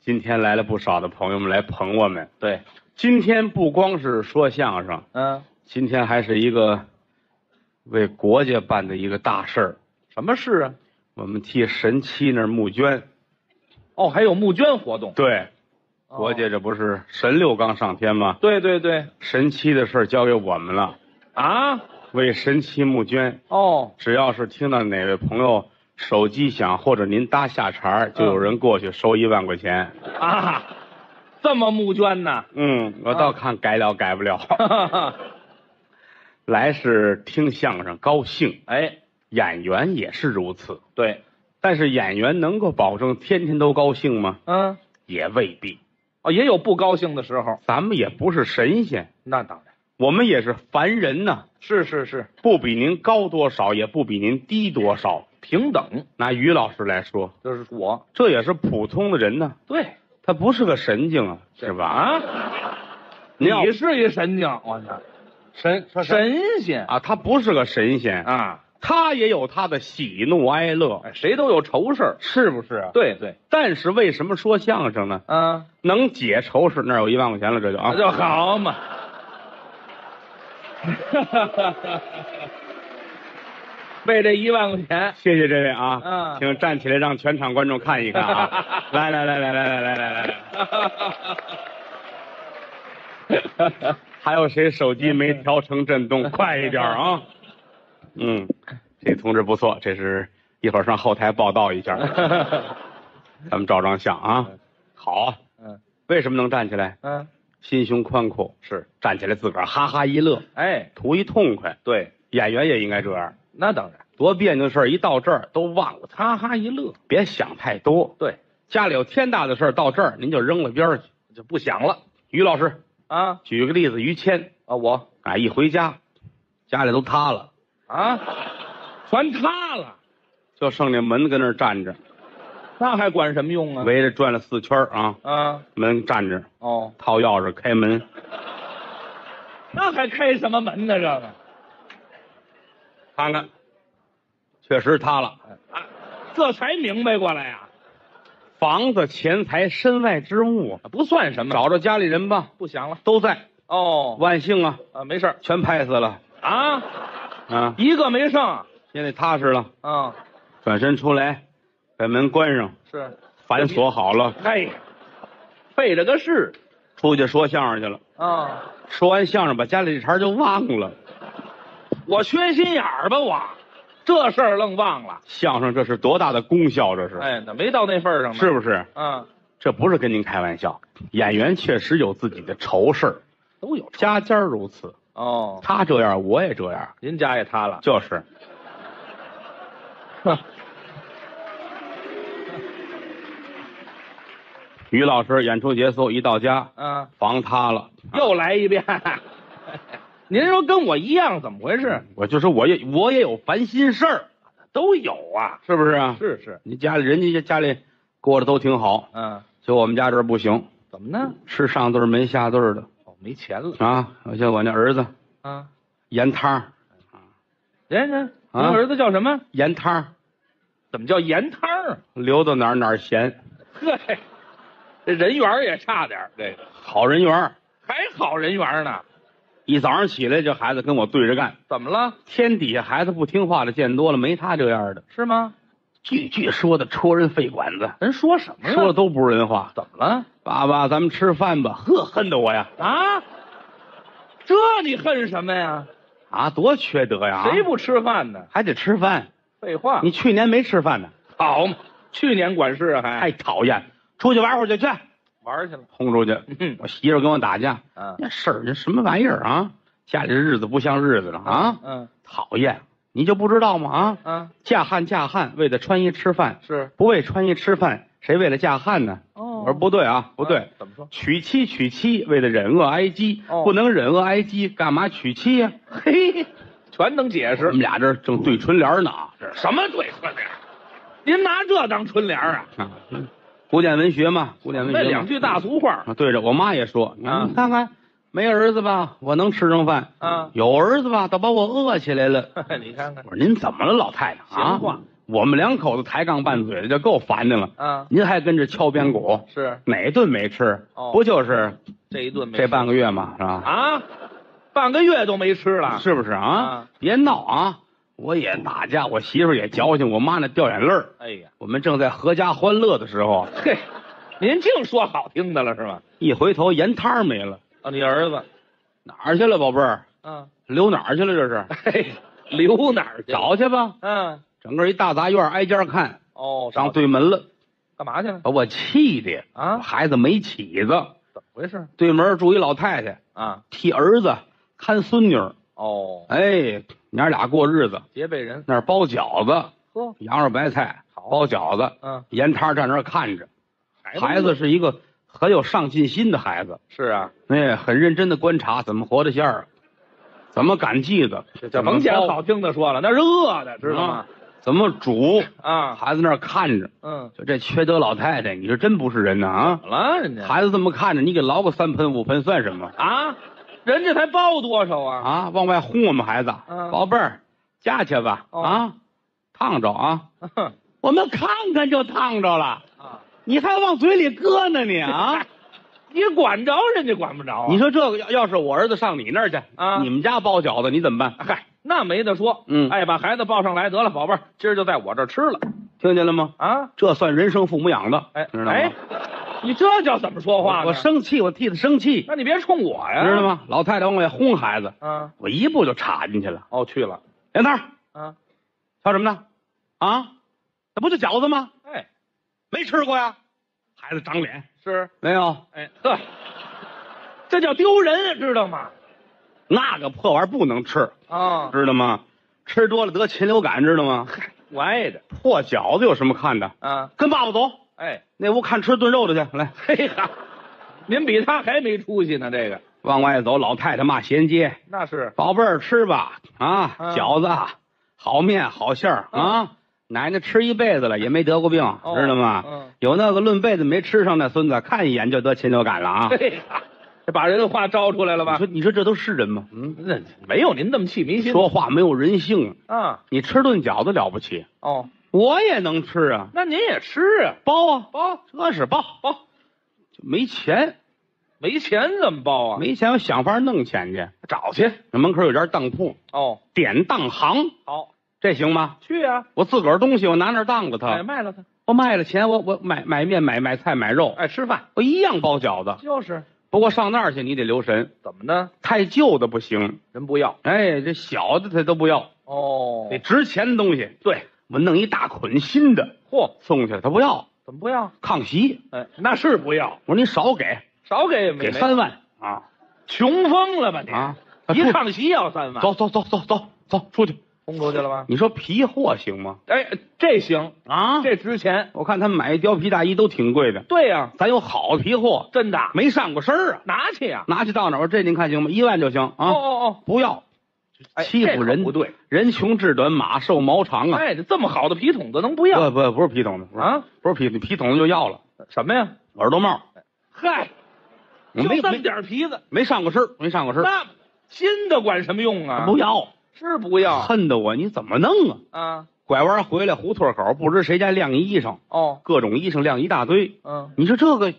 今天来了不少的朋友们来捧我们。对，今天不光是说相声，嗯，今天还是一个为国家办的一个大事儿。什么事啊？我们替神七那儿募捐。哦，还有募捐活动。对，哦国家这不是神六刚上天吗？对对对神七的事儿交给我们了，啊！为神七募捐。哦，只要是听到哪位朋友手机响或者您搭下茬儿，就有人过去收一万块钱。啊，这么募捐呢？嗯，我倒看改了改不了。 哈哈哈来是听相声高兴， 哎，演员也是如此。对，但是演员能够保证天天都高兴吗？嗯，也未必。哦，也有不高兴的时候。咱们也不是神仙，那当然，我们也是凡人呐、是是是，不比您高多少，也不比您低多少。平等，拿于老师来说，这是我。这也是普通的人呢、对，他不是个神经啊，是吧？啊，啊，您要你是一神经，我操，神神仙啊，他不是个神仙，啊！他也有他的喜怒哀乐，哎，谁都有愁事儿。是不是？对对，但是为什么说相声呢？啊，能解愁是那儿有一万块钱了，这就啊，那就好 嘛。为这一万块钱，谢谢这位啊，嗯请站起来让全场观众看一看啊！来来来来来来来来来，还有谁手机没调成震动？快一点啊！嗯，这同志不错，这是一会儿上后台报道一下，咱们照张相啊。好，嗯为什么能站起来？ 嗯，心胸宽阔，是，站起来自个儿哈哈一乐，哎，图一痛快。对，演员也应该这样，那当然，多别扭的事儿一到这儿都忘了它，哈哈一乐，别想太多。对，家里有天大的事儿到这儿您就扔了边儿去。就不想了于老师啊举个例子，于谦啊，我啊，一回家，家里都塌了，啊，全塌了，就剩那门跟那儿站着，那还管什么用啊？围着转了四圈儿啊，啊，门站着，哦，掏钥匙开门，那还开什么门呢？这个看看，确实塌了。啊，这才明白过来啊呀、房子、钱财、身外之物啊，不算什么，找着家里人吧，不想了。都在。哦，万幸啊，啊，没事儿全拍死了啊，啊，一个没剩啊，现在踏实了。转身出来，把门关上，是，反锁好了，嘿，哎费了个事出去说相声去了。啊，说完相声，把家里这茬儿就忘了。我缺心眼儿吧，我这事儿愣忘了。相声这是多大的功效？这是，哎，那没到那份儿上呢。是，不是？嗯，这不是跟您开玩笑，演员确实有自己的愁事儿，都有仇家家如此。哦。他这样，我也这样，您家也塌 了，就是于老师演出结束，一到家，嗯，房塌了，又来一遍。 您说跟我一样，怎么回事？我就说我也我也有烦心事儿，都有啊。是不是啊？是是，你家里人家家里过得都挺好，嗯，就我们家这儿不行，怎么呢？吃上顿儿没下顿儿的哦，没钱了啊！我像我那儿子啊。盐汤儿，人呢？您啊儿子叫什么？盐汤儿怎么叫盐摊儿？ 留到哪儿哪儿咸，呵，这人缘儿也差点儿，这个好人缘儿。还好人缘儿呢？一早上起来，这孩子跟我对着干。怎么了？天底下孩子不听话的见多了，没他这样的，是吗？句句说的戳人肺管子，人说什么了？说的都不是人话。怎么了？爸爸，咱们吃饭吧。呵，恨得我呀！啊？这你恨什么呀？啊，多缺德呀！啊谁不吃饭呢？还得吃饭？废话，你去年没吃饭呢，好嘛？去年管事啊还太讨厌！出去玩会儿去，去玩儿去了。轰出去。嗯我媳妇儿跟我打架，啊那事儿这什么玩意儿啊？家里的日子不像日子了啊！嗯讨厌，你就不知道吗？啊，啊嫁汉嫁汉，为了穿衣吃饭，是不为穿衣吃饭，谁为了嫁汉呢？哦我说不对啊，不对啊，怎么说？娶妻娶妻，为了忍饿挨饥，哦不能忍饿挨饥，干嘛娶妻 呀、嘿，全能解我释们。俩这儿正对春联呢啊，这什么对春联儿？您拿这当春联儿啊？是啊古典文学嘛，古典文学那嘛两句大俗话儿啊，对着我妈也说，啊你看看没儿子吧，我能吃上饭；，啊有儿子吧，倒把我饿起来了。 你看看我说您怎么了，老太太啊？闲话我们两口子抬杠拌嘴的就够烦的了，啊，您还跟着敲边鼓，是哪顿没吃？嗯哦不就是这一顿没这半个月嘛，是吧？啊，半个月都没吃了。是不是啊啊？别闹啊！我也打架，我媳妇儿也矫情，我妈那掉眼泪儿。哎呀，我们正在阖家欢乐的时候，嘿，您净说好听的了是吧？一回头盐摊儿没了，啊，你儿子，哪儿去了，宝贝儿？ 嗯，溜哪儿去了？这是嘿，留哎哪儿去？，找去吧。嗯，整个一大杂院挨家看，哦，上找对门了，干嘛去了？把我气的啊我孩子没起子。怎么回事？对门住一老太太，啊，替儿子看孙女儿。哦，哎，娘俩过日子，劫北人，那儿包饺子，呵，羊肉白菜，好包饺子，嗯，盐摊儿站那儿看着。孩孩子是一个很有上进心的孩子，是啊，哎，很认真的观察怎么活的馅儿，怎么擀剂子，这怎么甭捡包好听的说了，那是饿的，知道吗？怎么煮，啊，孩子那儿看着，嗯，就这缺德老太太，你是真不是人呐啊！怎么了人家？孩子这么看着，你给捞个三盆五盆算什么啊，人家才包多少啊？啊？往外轰我们孩子，嗯宝贝儿，家去吧、哦啊，烫着啊，我们看看就烫着了， 啊，你还往嘴里搁呢你 啊！你管着人家管不着啊？你说这个要要是我儿子上你那儿去啊你们家包饺子你怎么办？嗨，那没得说，嗯哎，把孩子抱上来得了，宝贝儿，今儿就在我这儿吃了听见了吗？啊，这算人生父母养的，哎知道吗？哎，你这叫怎么说我话呢？哎我生气，我替他生气，那你别冲我呀，知道？吗？老太太往外轰孩子，啊，我一步就插进去了。哦，去了，杨摊儿啊，瞧什么呢？啊，那不就饺子吗？哎，没吃过呀。孩子长脸，是，没有，哎呵，这叫丢人，知道吗？那个破玩意儿不能吃，啊，知道吗？吃多了得禽流感，知道吗？我爱着破饺子有什么看的？啊，跟爸爸走，哎，那屋看吃炖肉的去。来，嘿哈，您比他还没出息呢，这个往外走，老太太骂衔接，那是宝贝儿吃吧，啊，嗯饺子啊，好面好馅儿嗯啊。奶奶吃一辈子了，也没得过病，知道吗？嗯有那个论辈子没吃上那孙子，看一眼就得禽流感了 啊！嗯嘿哈，这把人的话招出来了你吧说，？你说这都是人吗？嗯，那没有您那么气迷 心说话没有人性。啊，你吃顿饺子了不起，哦，我也能吃啊，那您也吃啊，包啊，包这是包，包。没钱，没钱怎么包啊？没钱，我想法弄钱去。找去。那门口有家当铺，哦，典当行，好，这行吗？去啊，我自个儿东西，我拿那儿当着哎，他，卖了它，我卖了钱，我我买买面、买买菜、买肉，哎，吃饭我一样包饺子。就是不过上那儿去你得留神，怎么呢？太旧的不行。人不要哎，这小的他都不要，哦得值钱的东西。对我弄一大捆新的嚯，送去了，他不要。怎么不要？抗袭，哎，那是不要，我说你少给，少给也没给三万啊穷疯了吧你？啊！一唱戏要三万，出走走走走走走出去！轰出去了吧？你说皮货行吗？哎，这行，啊这值钱。我看他们买一貂皮大衣都挺贵的，对呀，咱有好皮货，真的，没上过身儿啊。拿去呀。拿去到哪儿？我说这您看行吗？一万就行哦啊！哦哦，不要，哎欺负人这可不对。人穷志短，马瘦毛长啊！哎，这这么好的皮筒子能不要不不不是皮筒子不是啊？不是皮筒子皮筒子就要了什么呀？耳朵帽，嗨，我就没这么没点皮子，没上过身儿没上过身儿那新的管什么用啊？不要，是不要恨得我你怎么弄啊？啊？拐弯回来胡同口，不知谁家晾一衣裳，哦，各种衣裳晾一大堆。嗯你说这个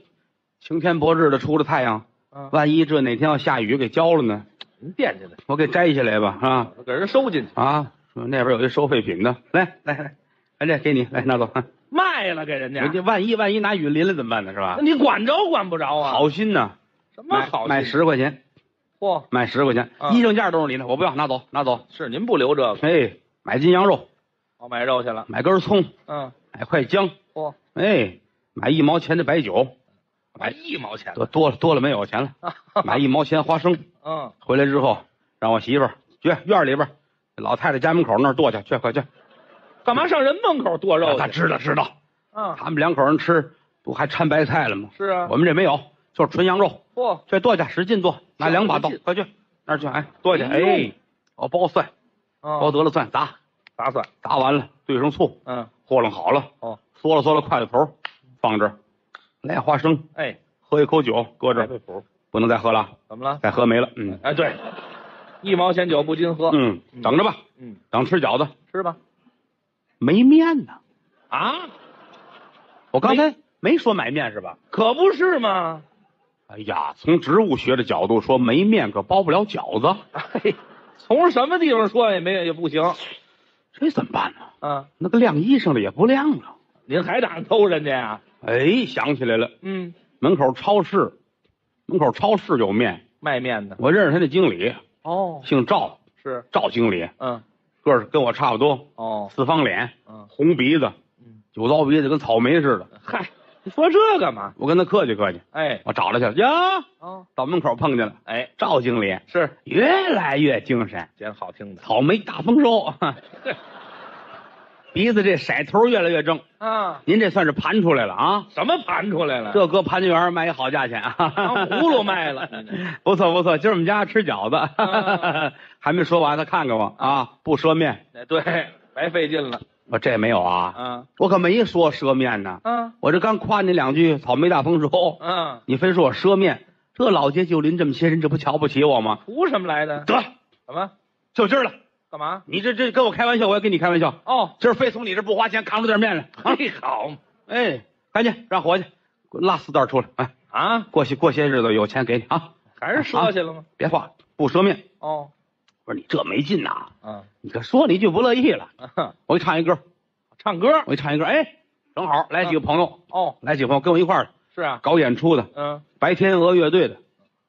晴天博日的出了太阳，嗯，万一这哪天要下雨给浇了呢？您惦记的，我给摘下来吧，啊给人收进去，啊！说那边有一收废品的，来来来，来这给你，来拿走。啊卖了给人家人。家万一万一拿雨淋了怎么办呢？是吧那？你管着管不着啊？好心呐，什么买好买心十块钱，嚯，买十块钱，啊衣裳架都是你的，我不要，拿走拿走。是您不留这个，哎，买斤羊肉，我买肉去了。买根葱，嗯，买块姜，嚯，哎，买一毛钱的白酒，买一毛钱多多了多了没有 钱了。啊！买一毛钱花生，嗯，回来之后让我媳妇儿去院里边儿老太太家门口那儿剁去，去快去！干嘛上人门口剁肉他去？知道知道，嗯，他们两口人吃不还掺白菜了吗？是啊我。们这没有，就是纯羊肉，嚯，去剁去，使劲剁，拿两把刀，快去那儿去，哎，剁去，哎呦哎，我包蒜，包嗯，得了蒜，砸打算，砸完了，兑上醋，嗯，和楞好了，哦，嗦了嗦了筷子头，放这儿，来花生，哎，喝一口酒，搁这来儿，被谱，不能再喝了，怎么了？再喝没了，嗯哎，对，一毛钱酒不禁喝。哦嗯，等着吧，嗯，等吃饺子。吃吧。没面呢。啊，我刚才没说买面是吧？可不是嘛。哎呀，从植物学的角度说，没面可包不了饺子，哎，从什么地方说也没也不行这怎么办呢？啊！那个晾衣裳的也不晾了。您还打算偷人家呀？哎，想起来了，嗯，门口超市，门口超市有面，卖面的。我认识他那经理，哦，姓赵，是，赵经理，嗯，个儿跟我差不多，哦，四方脸，嗯，红鼻子嗯，酒糟鼻子，跟草莓似的。嗨，你说这干嘛？我跟他客气客气，哎，我找了去，呀，哦，到门口碰见了哎，赵经理，是越来越精神，捡好听的草莓大丰收， 鼻子这色头越来越正。啊？您这算是盘出来了啊！什么盘出来了？这搁盘园卖一好价钱啊，嗯当葫芦卖了 不错不错，今儿我们家吃饺子啊， 还没说完，他看看我啊，不赊面， 哎对，白费劲了。我这没有啊，啊我可没说赊面呢，啊我这刚夸你两句草莓大丰收，啊！你非说我赊面，这老街就邻这么些人，这不瞧不起我吗？图什么来的？得，什么？就今儿了，干嘛？你这这跟我开玩笑，我也跟你开玩笑， 哦，今儿非从你这不花钱扛出点面来，啊嘿， 好嘛哎，赶紧让伙计给我拉四袋出来，哎，啊，过些过些日子有钱给你啊，还是说去了吗？别花不赊面。哦，我说你这没劲呐！啊你可说你就不乐意了。啊，我给你唱一歌，唱歌。我给你唱一歌。哎，正好来几个朋友，哦，来几个朋友跟我一块儿是啊，搞演出的，嗯，白天鹅乐队的，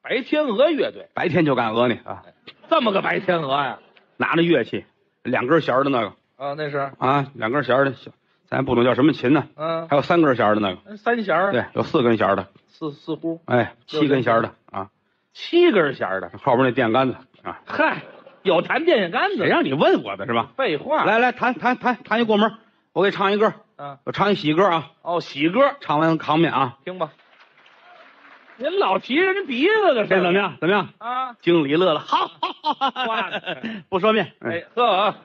白天鹅乐队白天就敢讹你啊！这么个白天鹅呀？拿着乐器，两根弦儿的那个啊，那是，啊，两根弦儿的，小咱不懂叫什么琴呢？嗯，还有三根弦儿的那个，三弦儿，对，有四根弦儿的，四四乎哎，七根弦儿的啊，七根弦儿的。后边那电杆子啊，嗨，有弹电线杆子谁的，让你问我的是吧？废话。来来，弹弹弹弹一过门，我给你唱一歌，啊，我唱一喜歌啊，哦，喜歌，唱完扛面啊，听吧。您老提人家鼻子的事这儿怎么样？怎么样？啊？经理乐了， 好，哇塞不说面，啊 哎，呵，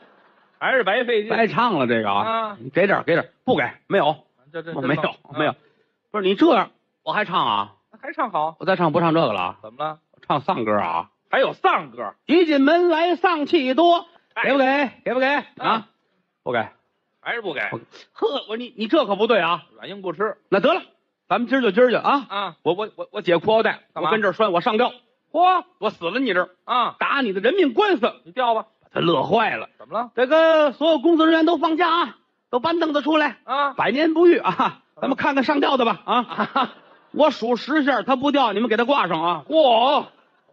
还是白费劲。白唱了这个啊啊，你给点儿给点儿，不给没有，这这我没有没，有这，不是你这样，我还唱啊，闹啊还唱好？我再唱不唱这个了啊，怎么了？我唱丧歌啊，还有丧歌，一进门来丧气多，给不给？给不给哎啊啊？不给，哎还是不给？我呵，我说你你这可不对啊，软硬不吃那得了，咱们今儿就今儿去啊，啊！我我我我解裤腰带，干我嘛跟这儿拴，我上吊，嚯我死了你这儿，啊！打你的人命官司，你掉吧，把他乐坏了。怎么了这个所有工作人员都放假啊，都搬凳子出来，啊？百年不遇啊！咱们看看上吊的吧啊！ 我数十下，他不掉，你们给他挂上啊！嚯，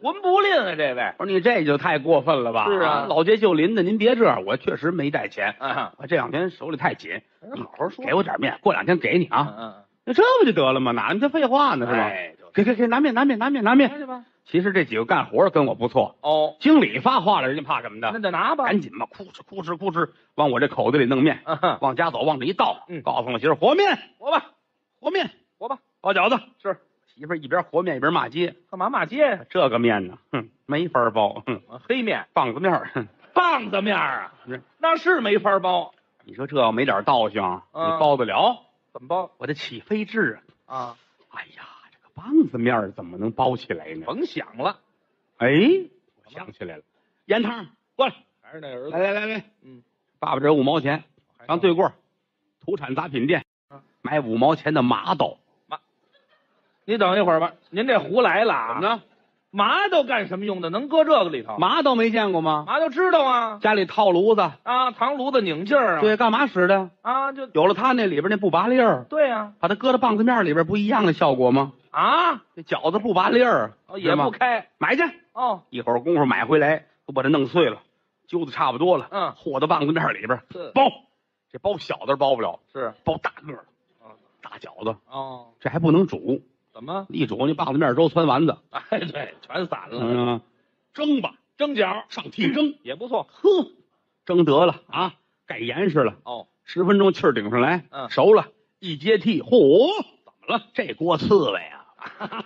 魂不吝啊，这位我说你这就太过分了吧？是啊老街旧邻的，您别这样，我确实没带钱，啊！我这两天手里太紧，好好说给我点面，过两天给你啊！嗯那这不就得了吗？哪那么多废话呢？嗯，是吧？哎，就给给给，拿面拿面拿面拿拿面！去吧。其实这几个干活的跟我不错，哦，经理发话了，人家怕什么的？那就拿吧。赶紧吧，哭哧哭哧哭哧，往我这口子里弄面，啊，往家走，往这一倒，嗯告诉我媳妇儿和面。活吧，和面，活吧，包饺子。是媳妇儿一边和面一边骂街，干嘛骂街呀？这个面呢，哼，没法包，哼，黑面棒子面儿，哼，棒子面儿啊是，那是没法包，你说这要没点道行，嗯你包得了？怎么包我的起飞智啊！啊？哎呀，这个棒子面儿怎么能包起来呢？甭想了，哎，我想起来了，盐汤过来，还是那儿来子。来来来，嗯，哎爸爸这五毛钱，当对过儿，土产杂品店嗯买五毛钱的麻豆，你等一会儿吧，您这胡来了怎啊么？着？麻豆干什么用的？能搁这个里头？麻豆没见过吗？麻豆知道啊家里套炉子，啊，糖炉子拧劲儿啊，对，干嘛使的？啊，就有了它那里边那不拔粒儿，对呀把它搁到棒子面里边，不一样的效果吗？啊，这饺子不拔粒儿，哦是也吗不开买去，哦，一会儿功夫买回来，都把它弄碎了，揪的差不多了，嗯和到棒子面里边是包。这包小的包不了，是包大个儿嗯，大饺子，哦，这还不能煮，怎么？一煮那棒子面粥汆丸子， 哎，对，全散了，嗯，蒸吧，蒸饺上屉蒸，也不错呵，蒸得了啊，盖严实了，哦，十分钟气儿顶上来，嗯熟了，一接屉，嚯，怎么了？这锅刺猬啊！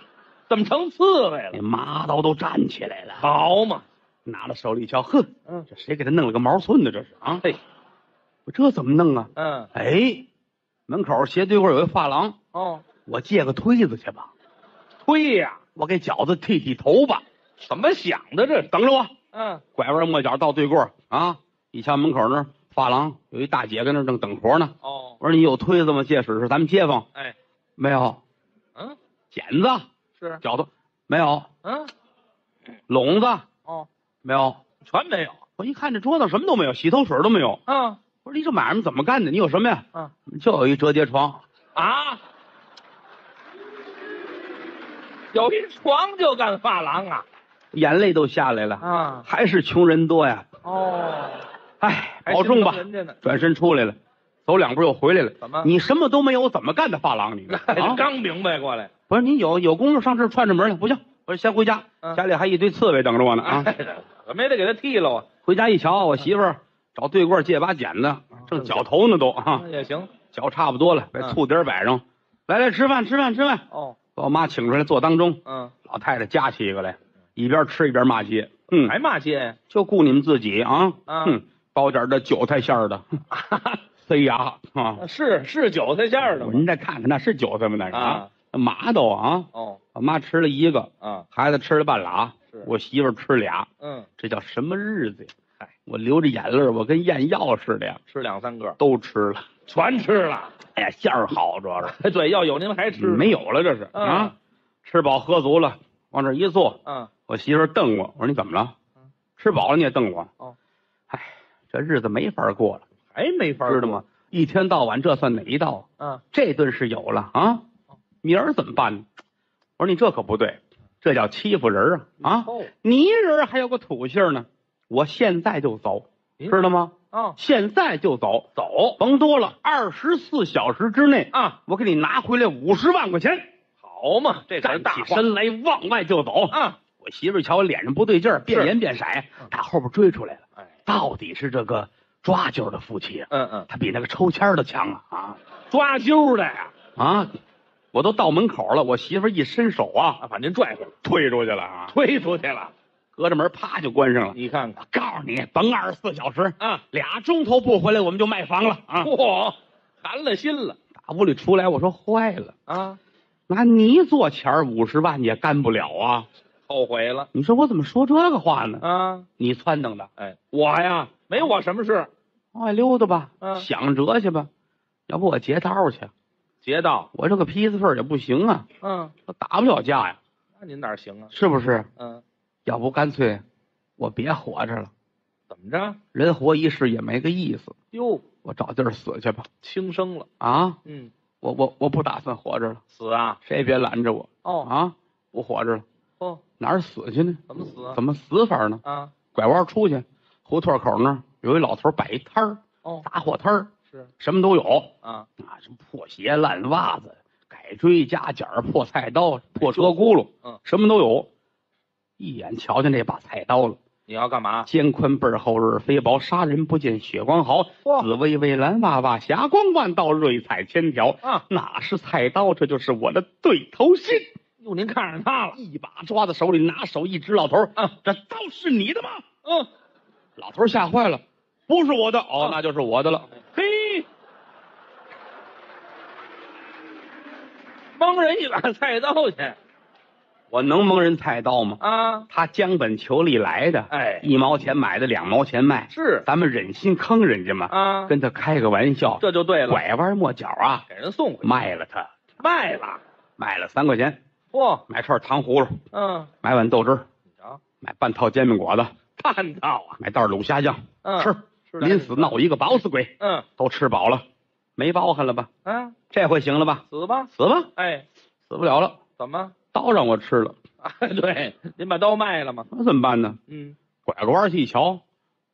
怎么成刺猬那了？麻刀都站起来了，好嘛，拿到手里一瞧，呵，嗯这谁给他弄了个毛寸的？这是啊，嘿，我这怎么弄啊？嗯哎，门口斜对过有一发廊，哦，我借个推子去吧，推呀，我给饺子剃剃头吧。怎么想的这？等着我，嗯拐弯抹角到对过啊，一瞧门口那儿发廊有一大姐跟那儿正等活呢。哦，我说你有推子吗？借使是咱们街坊哎，没有，嗯，剪子、是，绞子没有，嗯，笼子哦，没有。全没有，我一看这桌子上什么都没有，洗头水都没有。嗯我说你这买卖怎么干的？你有什么呀？嗯就有一折叠床，啊，有一床就干发廊啊眼泪都下来了。啊，还是穷人多呀，哦，哎，还保重吧心疼。人家呢，转身出来了，走两步又回来了。怎么你什么都没有，怎么干的发廊你？ 那啊，刚明白过来，不是你有有功夫上这儿串着门来，不行，我先回家，嗯家里还一堆刺猬等着我呢啊！哎，我没得给他剃了啊，回家一瞧，我媳妇儿找对棍儿借把剪子，正绞头呢都啊，那也行，绞差不多了，把嗯醋碟儿摆上，来来吃饭吃饭吃饭，哦，把我妈请出来坐当中，嗯，老太太夹起一个来，一边吃一边骂街，嗯，还骂街呀，就顾你们自己啊，嗯哼，包点儿这韭菜馅儿 的，哼塞牙啊，是是韭菜馅儿的吗？您再看看那是韭菜吗？那是啊，麻豆啊，哦，我妈吃了一个，啊，孩子吃了半拉是，我媳妇儿吃俩，嗯，这叫什么日子呀嗨？我流着眼泪儿，我跟咽药似的呀，吃两三个，都吃了。全吃了，哎呀，馅儿好，主要 是对，要有您还吃，嗯没有了，这是嗯啊，吃饱喝足了，往这儿一坐，嗯，我媳妇儿瞪我，我说你怎么了嗯？吃饱了你也瞪我？哦，哎，这日子没法过了，还没法知道吗？一天到晚这算哪一道？嗯，哦这顿是有了啊，明儿怎么办呢？我说你这可不对，这叫欺负人儿啊啊！哦，泥人儿还有个土性儿呢，我现在就走，咦知道吗？哦，现在就走，走，甭多了，二十四小时之内，啊，我给你拿回来五十万块钱。好嘛，这可是站大起话身来，往外就走。啊，我媳妇儿瞧我脸上不对劲儿，变颜变色，打后边追出来了。哎，到底是这个抓阄的夫妻啊，嗯嗯，他比那个抽签儿的强啊啊抓阄的呀，啊！我都到门口了，我媳妇儿一伸手啊，啊，把您拽回来，推出去了啊，推出去了，隔着门啪就关上了。你看看我告诉你，甭二十四小时，啊，俩钟头不回来我们就卖房了啊！嚯，寒了心了打屋里出来，我说坏了，啊，拿泥做钱儿五十万也干不了啊！后悔了你说我怎么说这个话呢？啊，你撺掇的，哎，我呀，没我什么事，往外溜达吧，嗯想辙去吧，要不我劫道去，劫道，我这个坯子缝儿也不行啊，嗯，我打不了架呀，那您哪儿行啊？是不是？嗯，要不干脆我别活着了，怎么着？人活一世也没个意思，哟，我找地儿死去吧。轻生了，啊，嗯，我我我不打算活着了，死啊，谁也别拦着我哦啊，不活着了，哦，哪儿死去呢？怎么死啊？怎么死法呢？啊，拐弯出去，胡同口那儿有一老头摆一摊儿，哦，杂货摊儿，是什么都有。啊，啊，什么破鞋、烂袜子、改锥、夹角、破菜刀、破车轱辘，嗯，什么都有。一眼瞧见这把菜刀了，你要干嘛？肩宽背儿厚，刃儿飞薄，杀人不见血光毫。嚯紫薇薇，蓝娃娃，霞光万道，瑞彩千条。啊，哪是菜刀，这就是我的对头心。哟，您看上他了，一把抓在手里，拿手一指老头儿，啊，这刀是你的吗？嗯，老头儿吓坏了，不是我的，哦啊，那就是我的了。嘿，蒙人一把菜刀去我能蒙人菜刀吗？啊！他将本求利来的，哎，一毛钱买的，两毛钱卖，是咱们忍心坑人家吗？啊，跟他开个玩笑，这就对了，拐弯抹角啊，给人送回去，卖了他，卖了。卖了三块钱，嚯，买串糖葫芦，嗯，买碗豆汁儿，你瞧，买半套煎饼果子，看到啊， 买袋卤虾酱，嗯，吃，是的临死闹一个饱死鬼，嗯都吃饱了，没包含了吧？啊，这回行了吧？死吧！死吧，哎，死不了了，怎么？刀让我吃了， 啊，对，您把刀卖了吗？那怎么办呢？嗯，拐个弯儿去一瞧，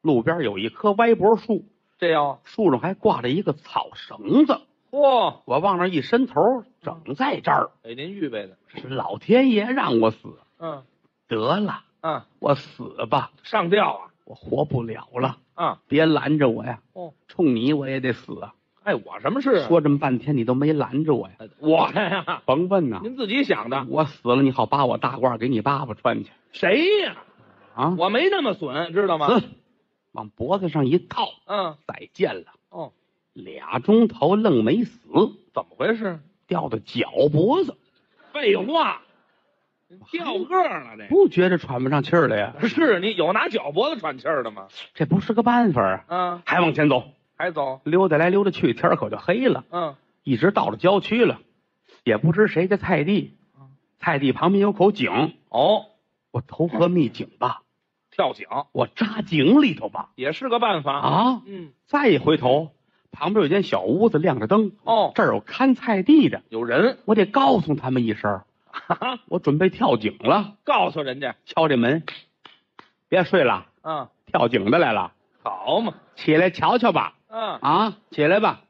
路边有一棵歪脖树，这要树上还挂着一个草绳子。嚯，我往那儿一伸头，整在这儿，给您预备的。是老天爷让我死。嗯得了，啊，我死吧，上吊啊我活不了了，啊！别拦着我呀！哦，冲你我也得死啊！哎，我什么事啊？说这么半天你都没拦着我 呀！哎我呀，甭问呐，您自己想的。我死了你好扒我大褂给你爸爸穿去谁呀、啊！我没那么损，知道吗？死，往脖子上一套，嗯，再见了。哦，俩钟头愣没死，怎么回事？掉到脚脖子，废话，掉个儿了这不觉着喘不上气儿来呀？个。是你有拿脚脖子喘气儿的吗？这不是个办法啊！啊，还往前走，还走？溜达来溜达去，天儿可就黑了，嗯，一直到了郊区了，也不知谁家菜地嗯，菜地旁边有口井，哦，我投河觅井吧，跳井我扎井里头吧。也是个办法。啊！嗯，再一回头，旁边有间小屋子亮着灯，哦，这儿有看菜地的，有人，我得告诉他们一声儿，哈哈，我准备跳井了。告诉人家，敲这门，别睡了，嗯，跳井的来了，好嘛，起来瞧瞧吧。嗯，啊，起来吧！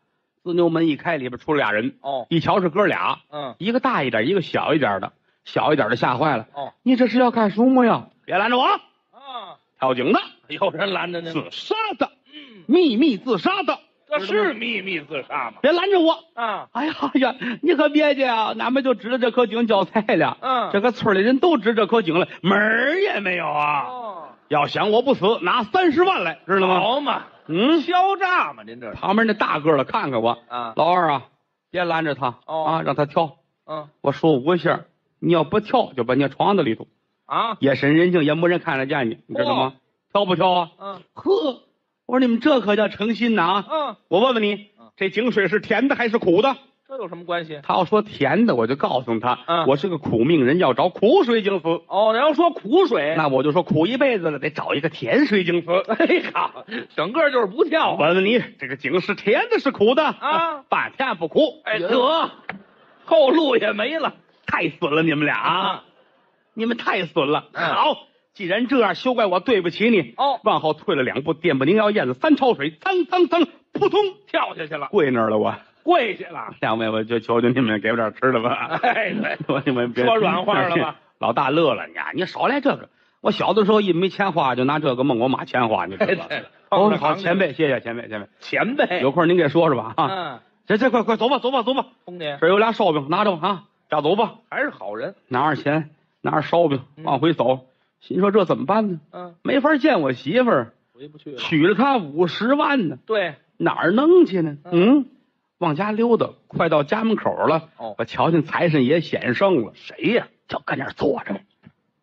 自牛门一开，里边出来俩人，哦，一瞧是哥俩，嗯，一个大一点，一个小一点的。小一点的吓坏了，哦，你这是要干什么呀？别拦着我，啊，跳井的， 有人拦着呢吗。自杀的，嗯秘密自杀的，这是秘密自杀吗？别拦着我。啊，哎呀呀，你可别介啊，俺们就知道这棵井叫菜了。嗯这个村里人都知这棵井了，门儿也没有啊。哦，要想我不死，拿三十万来，知道吗？好嘛，嗯，敲诈嘛，您这是，旁边那大个儿的看看我，啊，老二啊，别拦着他、哦啊，让他挑。嗯，我说五个馅儿，你要不跳，就把你床子里头。啊，夜深人静也没人看得见你，你知道吗？挑不挑啊？嗯，呵，我说你们这可叫诚心呐啊！嗯，我问问你嗯，这井水是甜的还是苦的？这有什么关系？他要说甜的，我就告诉他，嗯我是个苦命人，要找苦水井死。哦，你要说苦水，那我就说苦一辈子了，得找一个甜水井死。 哎呀，整个就是不跳我问问你，这个井是甜的，是苦的啊？ 半天不苦，哎，得，后路也没了太损了，你们俩啊！！你们太损了。嗯好，既然这样，休怪我对不起你。哦往后退了两步，电不灵腰，燕子三抄水，噌噌噌，扑通跳下去了，跪那儿了我。跪下了。两位，我就求求你们给我点吃的 吧。哎，对，我你们别说软话了 吧？老大乐了，你啊，你少来这个。我小的时候一没钱花，就拿这个蒙我妈钱花，你知哎 道吧？对，哦，好，前辈，谢谢前辈，前辈，前辈，有空您给说说吧啊。嗯，这这快快走吧，走吧，走吧，兄弟这儿有俩烧饼，拿着吧啊，俩走吧，还是好人。拿着钱，拿着烧饼嗯往回走，心说这怎么办呢？嗯，没法见我媳妇儿，回不去了。娶了她五十万呢，对，哪儿能去呢？嗯嗯，往家溜达，快到家门口了。哦我瞧见财神爷显圣了，谁呀、就跟那儿坐着，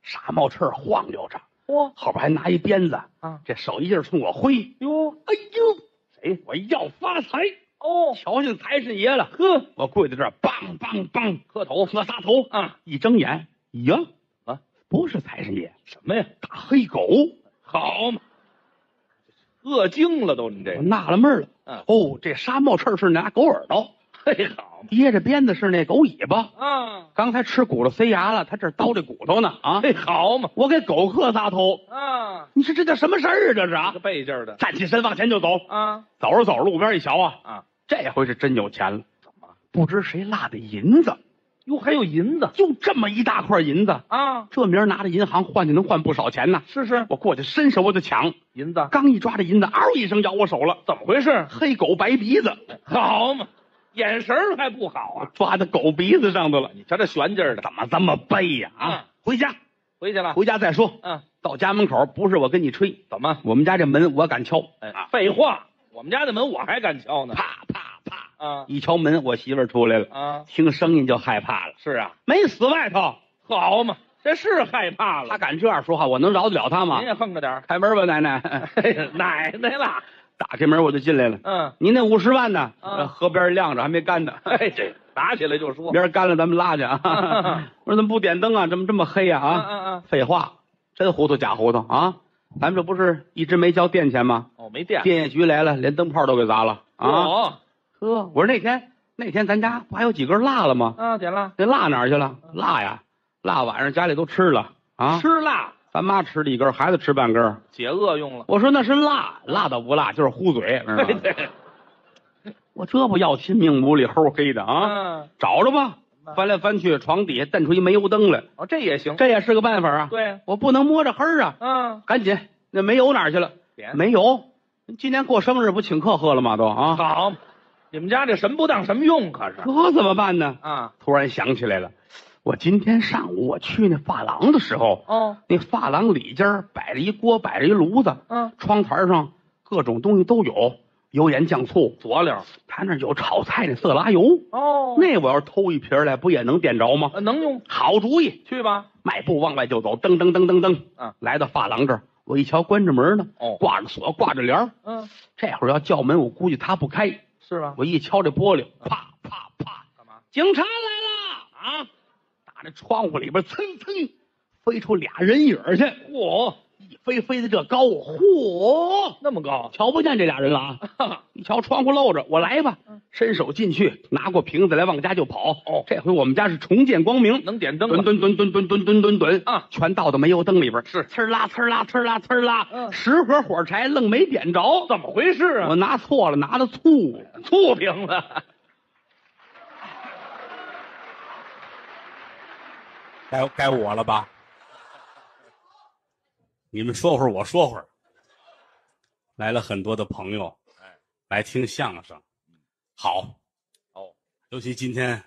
傻冒气儿晃悠着，嚯后边还拿一鞭子，啊，这手一劲儿冲我挥。哟哎呦，谁？我要发财！哦，瞧见财神爷了，呵，我跪在这儿，梆梆梆磕头，磕仨头。啊，一睁眼，呀啊，不是财神爷，什么呀？大黑狗。好嘛，饿精了都，你这我，纳了闷儿了，嗯哦，这沙帽翅是拿狗耳朵，嘿，好嘛，掖着鞭子是那狗尾巴。啊，刚才吃骨头塞牙了，他这儿叨这骨头呢啊！嘿，好嘛，我给狗磕仨头，啊，你说这叫什么事儿啊？这是这啊个！背劲儿的站起身往前就走，啊走着走着路边一瞧啊，啊，这回是真有钱了，怎么？不知谁落的银子，哟，还有银子就这么一大块银子，啊，这名儿拿到银行换就能换不少钱呐！是是，我过去伸手我就抢，银子刚一抓这银子，嗷一声咬我手了，怎么回事？黑狗白鼻子，好嘛，眼神儿还不好我啊！抓到狗鼻子上头了。你瞧这悬劲儿的，怎么这么背呀、啊？嗯回家，回去 了。回家再说。嗯，到家门口，不是我跟你吹，怎么？我们家这门我敢敲。哎，啊，废话，我们家的门我还敢敲呢。啪啪啪，啊一敲门，我媳妇儿出来了，啊，听声音就害怕了，是啊，没死外头，好嘛，这是害怕他了。敢这样说话，我能饶得了他吗您？也横着点儿。开门吧，奶奶。哎呀，奶奶啦，打开门我就进来了。嗯，您那五十万呢？嗯呃河边晾着，还没干呢。哎，这拿起来就说。明儿干了咱们拉去 啊嗯！我说怎么不点灯啊？怎么这么黑呀？嗯啊，嗯嗯，废话，真糊涂假糊涂啊！咱们这不是一直没交电钱吗？哦，没电电业局来了，连灯泡都给砸了啊！哦，呵，我说那天那天咱家不还有几根蜡了吗？啊，点了，那蜡哪儿去了？蜡呀，蜡晚上家里都吃了啊。吃辣咱妈吃了一根，孩子吃半根。解饿用了。我说那是蜡，蜡倒不辣，就是糊嘴，知道 对吗？对， 我这不要亲命，屋里齁黑的啊！嗯，找着吧办，翻来翻去，床底下蹬出一煤油灯来，哦，这也行。这也是个办法啊。对，我不能摸着黑儿啊，嗯，赶紧，那煤油哪儿去了？点煤油，今年过生日不请客喝了吗？都啊，好嘛，你们家这神不当什么用？可是这怎么办呢？啊，突然想起来了，我今天上午我去那发廊的时候，哦，那发廊里间儿摆着一锅，摆着一炉子，嗯，窗台上各种东西都有，油盐酱醋，佐料他那儿有炒菜那色拉油，哦那我要是偷一瓶儿来，不也能点着吗？那能用，好主意，去吧。迈步往外就走，噔噔噔噔噔，嗯，来到发廊这儿，我一瞧关着门呢，哦挂着锁，挂着帘儿嗯，这会儿要叫门，我估计他不开，是吧？我一敲这玻璃，啪啪啪，干嘛？警察来了啊！打那窗户里边蹭蹭飞出俩人影儿去，嚯，一飞飞的这高，嚯，哦那么高，瞧不见这俩人了 啊！一瞧窗户露着，我来吧，伸手进去，拿过瓶子来，往家就跑。嗯哦这回我们家是重见光明，能点灯蹲了。蹲蹲蹲蹲蹲蹲蹲蹲啊全倒到煤油灯里边，是呲儿啦呲儿啦呲儿啦呲儿啦，嗯十盒火柴愣没点着，怎么回事我啊？拿错了，拿的醋，醋瓶子，该该我了吧？你们说会儿，我说会儿。来了很多的朋友，哎来听相声，好，哦，尤其今天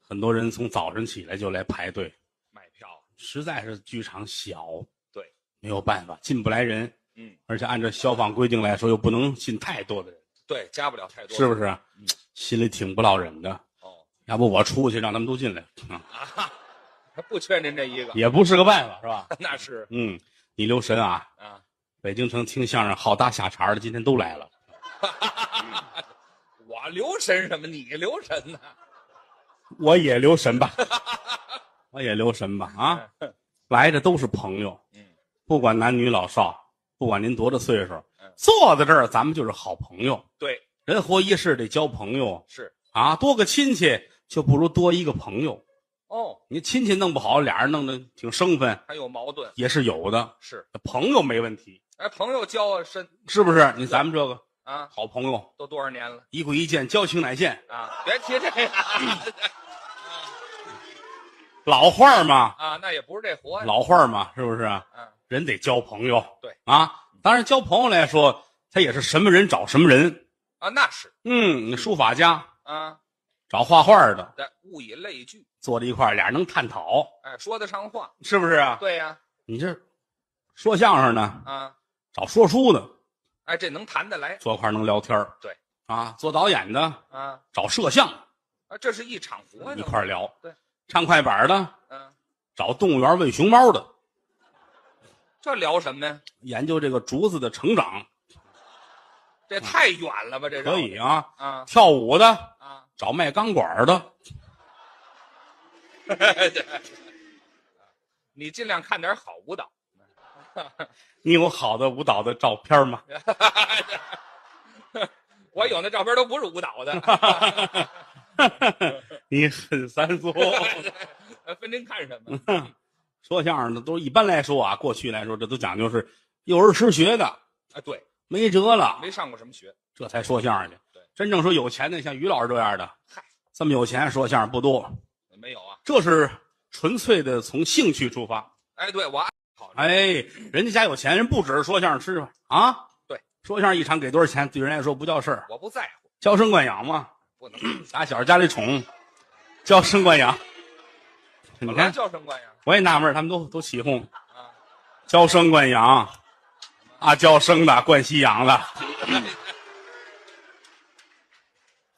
很多人从早晨起来就来排队，买票实在是剧场小，对，没有办法，进不来人，嗯，而且按照消防规定来说，又不能进太多的人， 对，加不了太多嗯是不是？心里挺不落忍的。哦，要不我出去让他们都进 来，嗯还啊不缺您这一个，也不是个办法，是吧？那是嗯，你留神啊，啊，北京城听相声好搭下茬儿的，今天都来 了。我留神什么？你留神呢？我也留神 吧，我也留神吧啊！来的都是朋友，嗯，不管男女老少，不管您多大岁数嗯，坐在这儿咱们就是好朋友。对，人活一世得交朋友是啊，多个亲戚就不如多一个朋友。哦，你亲戚弄不好，俩人弄得挺生分，还有矛盾也是有的。是。朋友没问题，哎，朋友交啊深是不是？你咱们这个啊，好朋友，都多少年了一跪一见，交情乃现，啊？别提这个老话儿嘛，啊，那也不是这活呀。老话儿嘛，是不是？嗯，人得交朋友，对啊，当然交朋友来说，他也是什么人找什么人。啊，那是嗯，你书法家啊，找画画的，但物以类聚，坐在一块儿，俩人能探讨，哎，说得上话。是不是啊？对呀，你这说相声呢，啊，找说书的，哎，这能谈得来坐一块儿能聊天儿对，啊，做导演的啊找摄像啊，这是一场活一呢。块儿聊，对，唱快板的嗯，找动物园喂熊猫的，这聊什么呀？研究这个竹子的成长，这太远了吧？这嗯可绕的以啊。啊跳舞的啊，找卖钢管的，你尽量看点好舞蹈。你有好的舞蹈的照片 吗？我有那照片都不是舞蹈的， 你很三俗。分您看 什么？说相声的都一般来说啊，过去来说这都讲究是幼儿失学的，啊，对，没辙了，没上过什么学，这才说相声去对。真正说有钱的，像于老师这样的，嗨，这么有钱说相声不多，没有啊。这是纯粹的从兴趣出发。哎，对我爱好这个，哎，人家家有钱，人不只是说相声吃饭啊。对，说相声一场给多少钱，对人来说不叫事儿，我不在乎，娇生惯养嘛，不能。打小家里宠，娇生惯养。你本来看，叫声惯养我也纳闷儿，他们都都起哄，啊，娇生惯养，啊，娇生的惯西洋的，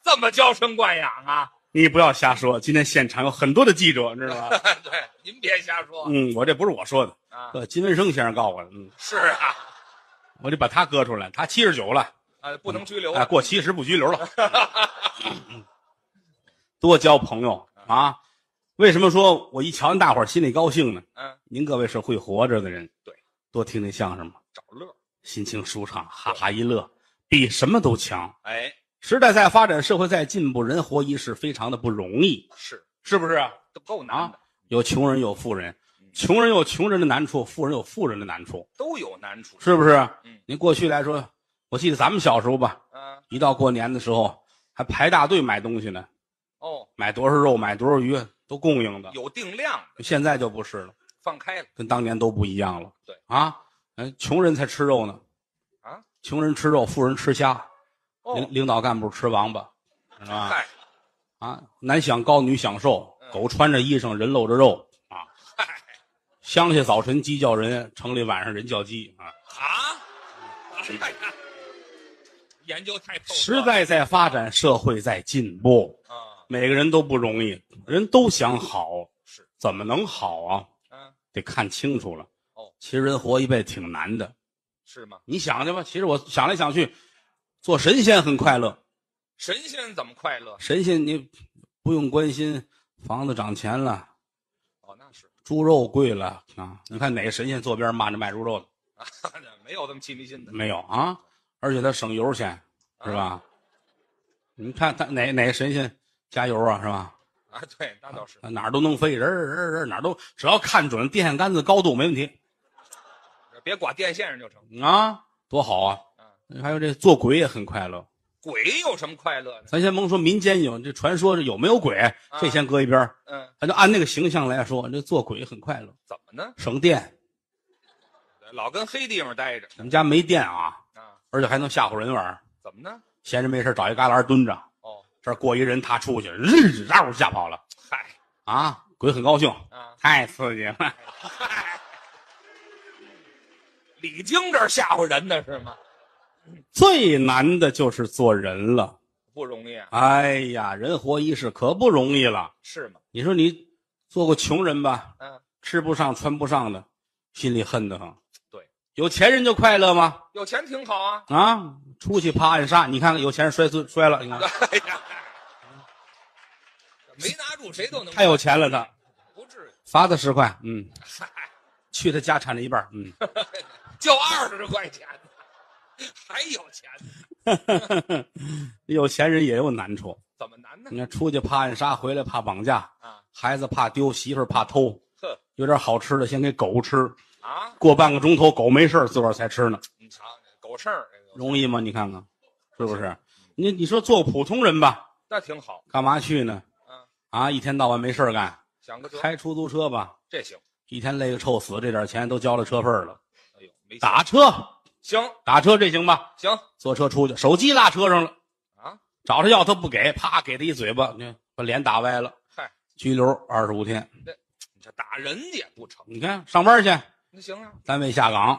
这么娇生惯养啊？你不要瞎说。今天现场有很多的记者，你知道吧？ 对，您别瞎说嗯，我这不是我说的，啊。呃，金文生先生告诉我的，嗯，是啊，我得把他搁出来。他七十九了，啊，不能拘留啊，过七十不拘留 了。嗯多交朋友啊！为什么说我一瞧见大伙儿心里高兴呢？嗯，您各位是会活着的人，对，多听听相声吧，找乐。心情舒畅，哈哈一乐，比什么都强。哎，时代在发展，社会在进步，人活一世非常的不容易，是，是不是啊？都够难的，有穷人，有富人，穷人有穷人的难处，富人有富人的难处，都有难处。是不是？嗯您过去来说，我记得咱们小时候吧，啊，一到过年的时候还排大队买东西呢，哦，买多少肉，买多少鱼都供应的。有定量的，现在就不是了，放开了。跟当年都不一样了。对啊，嗯，穷人才吃肉呢，啊，穷人吃肉，富人吃虾，哦，领领导干部吃王八，是吧？嗨，嗯啊，男享高，女享受，狗穿着衣裳，人露着肉啊。乡下早晨鸡叫人，城里晚上人叫鸡啊。啊，哎呀研究太透彻时代在发展，社会在进步，啊，每个人都不容易，人都想好，是怎么能好啊？嗯，得看清楚了。哦，其实人活一辈子挺难的，是吗？你想去吧。其实我想来想去，做神仙很快乐。神仙怎么快乐？神仙你不用关心房子涨钱了，哦，那是 猪肉贵了啊。你看哪个神仙坐边骂着卖猪肉的没有这么气迷心的，啊没有啊？而且他省油钱是吧？你看他哪哪个神仙加油啊是吧？啊？对，那倒是哪儿都能飞，人儿人儿人儿哪儿都只要看准电线杆子高度没问题。别挂电线上就成。啊，多好啊！还有这做鬼也很快乐。鬼有什么快乐呢？咱先甭说民间有这传说，这有没有鬼，这先搁一边儿嗯，咱就按那个形象来说，这做鬼很快乐，怎么呢？省电。老跟黑地方待着咱们家没电啊，啊？而且还能吓唬人玩儿。怎么呢？闲着没事儿找一旮旯蹲着，哦，这儿过一人，他出去，日绕吓跑了嗨啊！鬼很高兴，啊，太刺激了。嗨，李菁这儿吓唬人呢是吗？最难的就是做人了。不容易啊，哎呀，人活一世可不容易了。是吗？你说你做过穷人吧？嗯，吃不上穿不上的，心里恨得很。对，有钱人就快乐吗？有钱挺好啊。 啊，出去爬暗杀，你看看有钱人摔摔摔了，你看 哎呀，没拿住谁都能太有钱了他，不至于，罚他十块，嗯，嗨，去他家产的一半，嗯， 就二十块钱 呢，还有钱呢，有钱人也有难处。怎么难呢？你看出去怕暗杀，回来怕绑架，啊，孩子怕丢，媳妇儿怕偷，呵有点好吃的先给狗吃，啊，过半个钟头狗没事儿自个儿才吃呢，你瞧狗剩儿哎这个，容易吗？你看看，是不嗯是？你你说做普通人吧，那挺好，干嘛去呢？嗯啊，一天到晚没事儿干，想个辙，开出租车吧，这行。一天累个臭死，这点钱都交了车费了。哎呦，没打车，行打车这行吧？行坐车出去，手机落车上了，啊，找他要他不给，啪给他一嘴巴，你看把脸打歪了，嗨，拘留二十五天。你这打人也不成，你看上班去，那行啊，单位下岗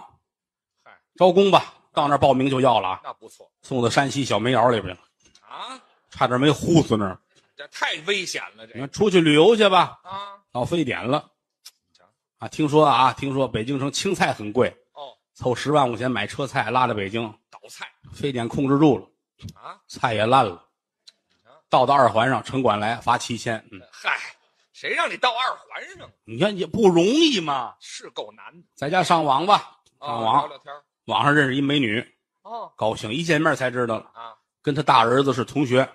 嗨，招工吧，到那儿报名就要了啊，那不错送到山西小煤窑里边去了，啊，差点没呼死那儿。这太危险了，这你看出去旅游去吧，啊，到非典了瞧，啊，听说啊，听说北京城青菜很贵。哦，凑十万块钱买车菜，拉到北京，倒菜非典控制住了，啊，菜也烂了啊，到到二环上，城管来罚七千。嗯，嗨，谁让你到二环上啊了你看也不容易嘛，是够难的在家上网吧，啊，上聊网，聊天儿网上认识一美女，哦高兴，一见面才知道了，啊跟他大儿子是同学。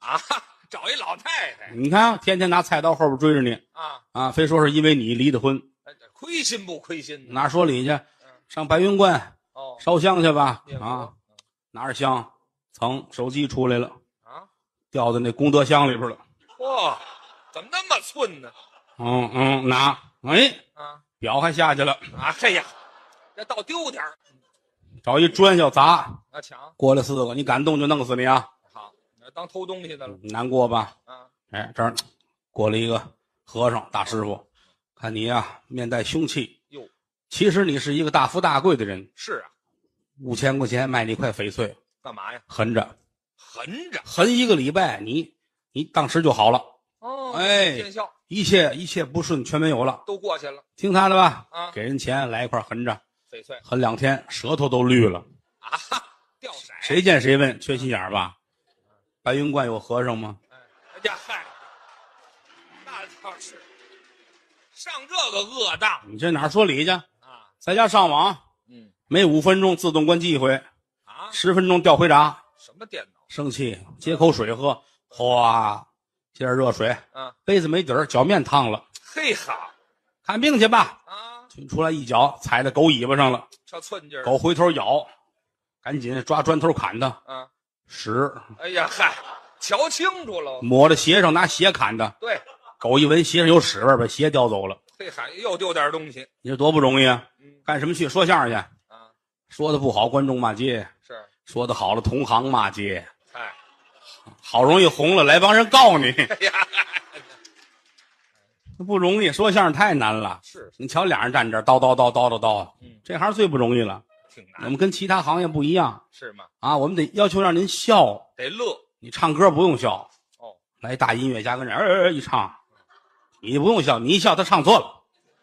啊， 找一老太太你看，啊天天拿菜刀后边追着你啊，啊，非说是因为你离的婚，哎这亏心不亏心呢？哪说理去？上白云观哦嗯烧香去吧也不啊！拿着香，噌，手机出来了，啊，掉到那功德箱里边了。嚯，怎么那么寸呢？嗯嗯，拿，哎，啊表还下去了，啊，哎呀，这倒丢点儿找一砖要砸，啊，抢过来四个，你敢动就弄死你啊！好，那当偷东西的了难过吧？啊，哎，这儿过来一个和尚大师傅，看你呀、面带凶气，哟，其实你是一个大富大贵的人，是啊，五千块钱卖你一块翡翠，干嘛呀？横着横着横一个礼拜，你你当时就好了，哦哎见效一切一切不顺全没有了，都过去了听他的吧，啊，给人钱来一块横着，翡翠横两天舌头都绿了，啊，哈，掉色谁见谁问，缺心眼儿吧？白云观有和尚吗？哎哎呀嗨，那倒是上这个恶当你这哪儿说理去？啊，在家上网，嗯每五分钟自动关机一回，啊，十分钟掉回闸，什么电脑生气，接口水喝，哗，接点热水，啊？杯子没底儿，脚面烫了，嘿哈看病去吧。啊，出来一脚踩在狗尾巴上了，这寸劲儿狗回头咬，赶紧抓砖头砍它，啊，屎哎呀嗨，瞧清楚了，抹着鞋上拿鞋砍它，对，狗一闻鞋上有屎味儿，把鞋叼走了。嘿哈又丢点东西，你说多不容易啊！嗯干什么去？说相声去，啊，说的不好观众骂街，是，说的好了同行骂街，哎好容易红了来帮人告你。哎呀，嗨不容易，说相声太难了。是你瞧，俩人站这儿叨叨叨叨叨叨，嗯这行最不容易了。挺我难，们跟其他行业不一样是吗？啊，我们得要求让您笑。得乐，你唱歌不用笑，哦，来大音乐家跟这儿儿儿一唱，你不用笑，你一笑他唱错了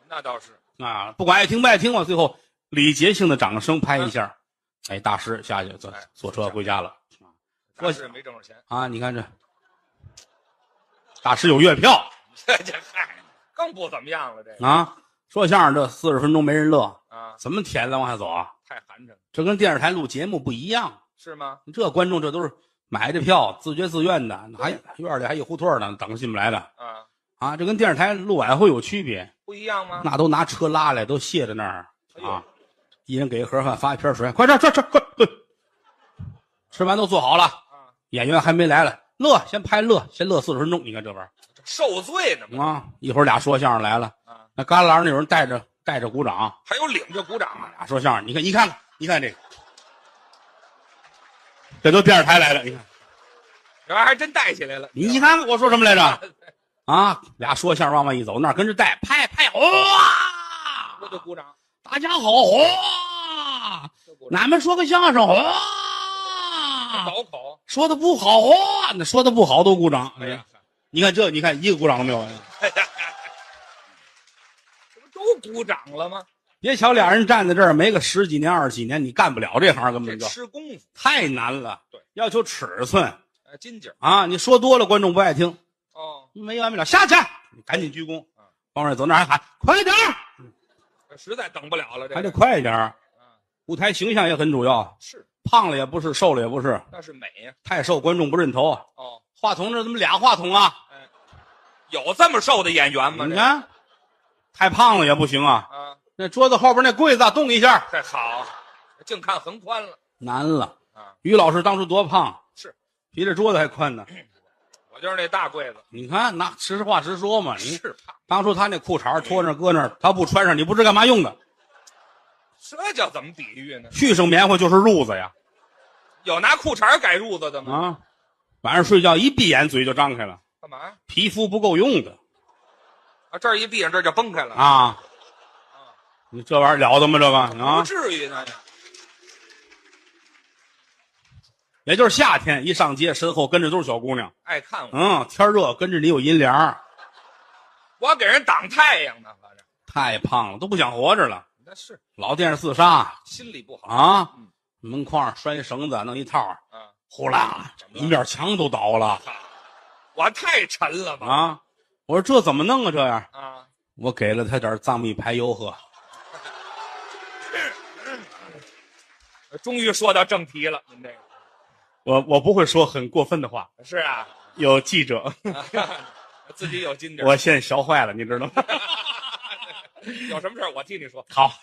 那倒是，啊，不管爱听不爱听嘛，最后礼节性的掌声拍一下，哎，大师下去坐哎坐车回家了咱是没挣着钱， 啊！你看这大师有月票这这嗨，更不怎么样了，这个啊，说相声这四十分钟没人乐，啊，怎么甜了往下走啊？太寒碜了，这跟电视台录节目不一样，是吗？这观众这都是买的票，自觉自愿的，还院里还一胡同呢，等着进不来的啊，啊！这跟电视台录晚会有区别，不一样吗？那都拿车拉来，都卸在那儿哎呦啊，一人给一盒饭，发一瓶水，快吃吃吃，快快！吃完都做好了，啊，演员还没来了，乐先拍乐，先乐四十分钟，你看这玩意受罪呢儿嘛，啊！一会儿俩说相声来了啊，那旮旯那有人带着带着鼓掌，还有领着鼓掌啊，俩说相声，你看你看看，你看这个，这都电视台来了，你看。这玩意儿还真带起来了，你一看看我说什么来着？啊，俩说相声往外一走，那儿跟着带拍拍，哗、这就鼓掌，大家好，哗、这鼓掌，俺们说个相声，哗、倒口，说的不好，哗、那说的不好都鼓掌。哎呀，你看这，你看一个鼓掌都没有。这不都鼓掌了吗？别瞧俩人站在这儿没个十几年二十几年，你干不了这行，根这本就吃功夫，太难了对。要求尺寸呃，金景儿啊！你说多了，观众不爱听，哦，没完没了。下去，你赶紧鞠躬嗯，往外走，那儿还喊快点儿，这实在等不了了，这还得个快一点儿。啊舞台形象也很主要，是，胖了也不是，瘦了也不是，那是美呀，太瘦观众不认头。啊哦，话筒这怎么俩话筒啊？有这么瘦的演员吗？你这看，太胖了也不行啊。啊，那桌子后边那柜子啊动一下，这好，净看横宽了，难了啊。于老师当初多胖，啊是比这桌子还宽 呢。我就是那大柜子，你看，那实话实说嘛，你是胖，当初他那裤衩脱那儿搁那儿，他不穿上，你不知干嘛用的。这叫怎么比喻呢？续上棉花就是褥子呀，有拿裤衩改褥子的吗？啊，晚上睡觉一闭眼嘴就张开了，干嘛皮肤不够用的啊？这儿一闭眼，这儿就崩开了，啊。你这玩意儿了得吗？这个啊不，至于呢。也就是夏天一上街，身后跟着都是小姑娘。爱看我，嗯，天热跟着你有阴凉儿，我给人挡太阳呢，反正太胖了，都不想活着了。那是老电视自杀心里不好啊嗯，门框上拴一绳子，弄一套儿，啊。呼啦，么一了面墙都倒了我太沉了吧？啊！我说这怎么弄啊？这样，啊，我给了他点儿藏秘排油喝，终于说到正题了，您这个我我不会说很过分的话。是啊，有记 者，自己有金点儿，我现在学坏了，你知道吗？ 有什么事儿我替你说。 好，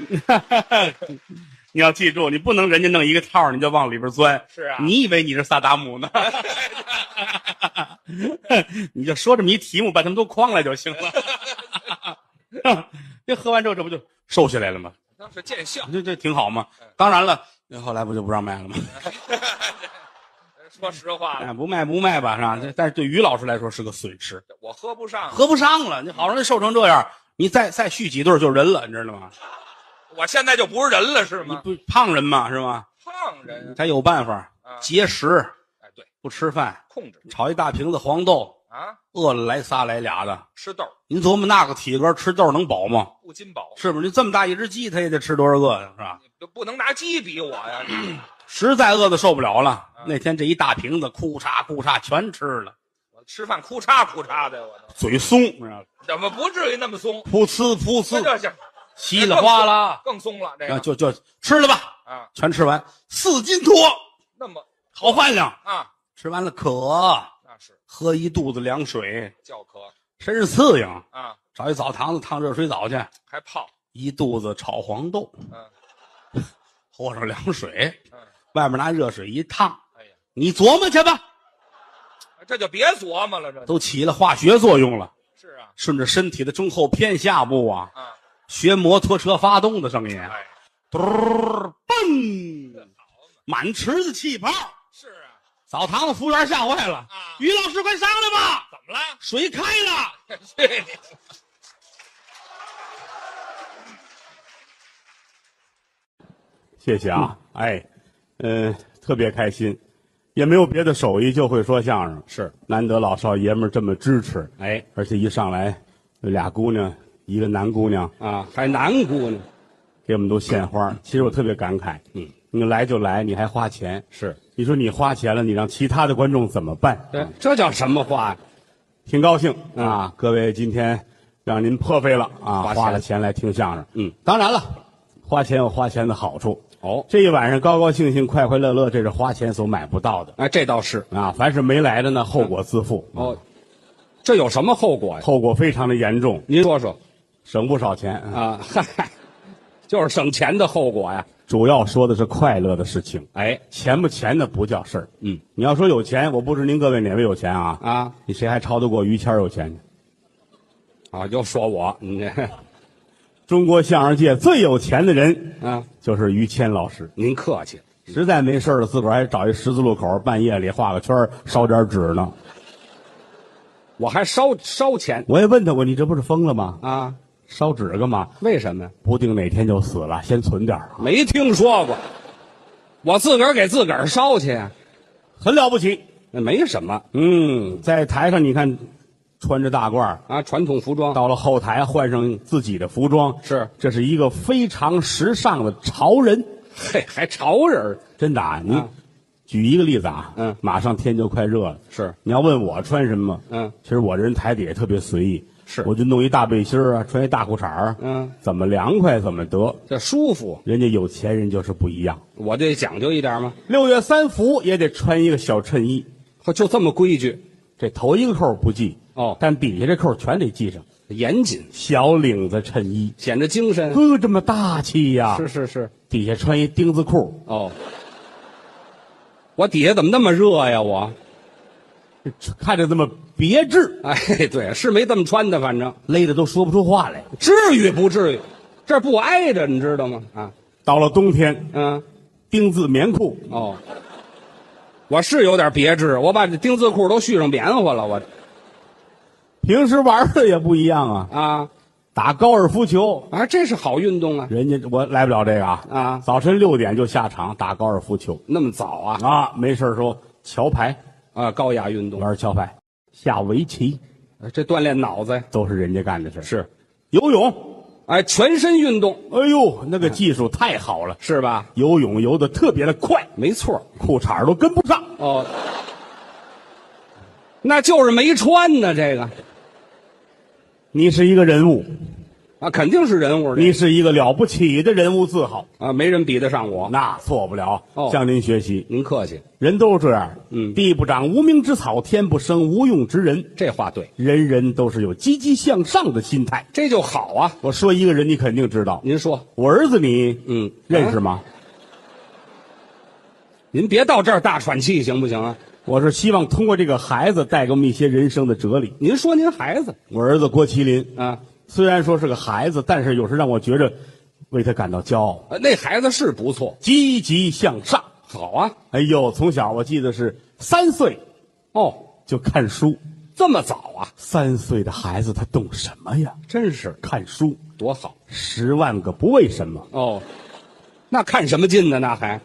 你要记住，你不能人家弄一个套儿你就往里边钻。是啊，你以为你是萨达姆呢？ 你就说这么一题目，把他们都框来就行了。 这喝完之后，这不就瘦下来了吗？那是见笑，这这挺好嘛。嗯当然了，后来不就不让卖了吗？ 说实话哎，不卖不卖吧，是吧？这但是对于老师来说是个损失，我喝不上，合不上了。你好容易瘦成这样，你再再续几对儿就是人了，你知道吗？我现在就不是人了，是你吗？不胖人嘛，是吧？胖人他有办法，啊，节食，哎，对，不吃饭，控制炒一大瓶子黄豆，啊，饿了来仨来俩的。吃豆儿您琢磨那个体格吃豆能饱吗？不金饱，是不是？你这么大一只鸡，它也得吃多少个呀？是吧？你不能拿鸡比我呀，实在饿的受不了了，那天这一大瓶子，库嚓库嚓全吃了，我吃饭哭嚓哭嚓的，我都嘴松，你知道吗？怎么不至于那么松？噗呲噗这呲，这是稀里哗啦，更松了，这啊，个就就吃了吧，啊，全吃完，四斤多，那么好饭量。啊，吃完了渴，那是喝一肚子凉水，叫渴身上刺痒，啊，找一澡堂子烫热水澡去，还泡，一肚子炒黄豆，嗯 和上凉水，嗯，外面拿热水一烫，哎呀，你琢磨去吧，这就别琢磨了，这就都起了化学作用了。是啊顺着身体的中后偏下部啊，啊，学摩托车发动的声音，哎，嘟儿嘣，好嘛，满池子气泡。是啊澡堂子服务员吓坏了啊，于老师快上来吧，怎 么了？水开了。去你的！谢谢啊，哎，嗯、特别开心，也没有别的手艺，就会说相声，是难得老少爷们儿这么支持，哎而且一上来有俩姑娘，一个男姑娘，啊，还南姑嗯呢，给我们都献花。其实我特别感慨，嗯，你来就来，你还花钱，是你说你花钱了，你让其他的观众怎么办？这这叫什么话呀？挺高兴啊，各位今天让您破费了啊，花钱花了钱来听相声，嗯，当然了，花钱有花钱的好处，哦，这一晚上高高兴兴、快快乐乐，这是花钱所买不到的哎，这倒是啊。凡是没来的呢，后果自负，哦，这有什么后果呀？后果非常的严重，您说说省不少钱啊。啊，嗨，就是省钱的后果呀。主要说的是快乐的事情。哎，钱不钱的不叫事儿，嗯，你要说有钱，我不知您各位哪位有钱啊？啊你谁还超得过于谦儿有钱？啊，又说我， 你这中国相声界最有钱的人啊，就是于谦老师，您客气，实在没事儿了，自个儿还找一十字路口，半夜里画个圈儿烧点纸呢。我还烧烧钱我也问他过，你这不是疯了吗？啊？烧纸干嘛？为什么呀？不定哪天就死了，先存点儿，没听说过，我自个儿给自个儿烧去呀，很了不起。那没什么嗯，在台上你看，穿着大褂儿，啊。传统服装到了后台换上自己的服装，是这是一个非常时尚的潮人。嘿，还潮人儿真的啊，你啊举一个例子啊，嗯马上天就快热了，是你要问我穿什么，嗯，其实我这人台底下特别随意，是我就弄一大背心儿啊，穿一大裤衩儿，嗯，怎么凉快怎么得，这舒服，人家有钱人就是不一样。我这讲究一点嘛，六月三伏也得穿一个小衬衣，呵就这么规矩这头一个扣不系哦但底下这扣全得系上，严谨，小领子衬衣，显着精神。呵，这么大气呀、嗯是是是，底下穿一钉子裤，哦，我底下怎么那么热呀？我看着这么别致，哎，对，是没这么穿的，反正勒得都说不出话来。至于不至于？这不挨着，你知道吗？啊，到了冬天，嗯，丁字棉裤。哦，我是有点别致，我把这丁字裤都续上棉花了，我平时玩的也不一样啊，啊打高尔夫球，啊，这是好运动啊人家我来不了这个啊啊早晨六点就下场打高尔夫球那么早啊啊，没事儿时候桥牌啊，高雅运动，玩桥牌，下围棋这锻炼脑子呀，都是人家干的事儿。是，游泳，哎，全身运动哎呦，那个技术太好了，是吧？游泳游的特别的快，没错儿裤衩儿都跟不上。哦，那就是没穿呢，这个你是一个人物，啊，肯定是人物，你是一个了不起的人物自豪，啊，没人比得上我。那错不了。哦向您学习，您客气，人都是这样。嗯地不长无名之草，天不生无用之人。这话对，人人都是有积极向上的心态。这就好啊。我说一个人，你肯定知道，您说，我儿子你嗯认识吗？您别到这儿大喘气行不行啊？我是希望通过这个孩子带给我们一些人生的哲理。您说您孩子我儿子郭麒麟，啊，虽然说是个孩子，但是有时让我觉着为他感到骄傲，呃那孩子是不错，积极向上。好啊。哎呦，从小我记得是三岁哦，就看书，这么早啊，三岁的孩子他懂什么呀？真是看书，多好十万个不为什么，哦。那看什么劲呢？那还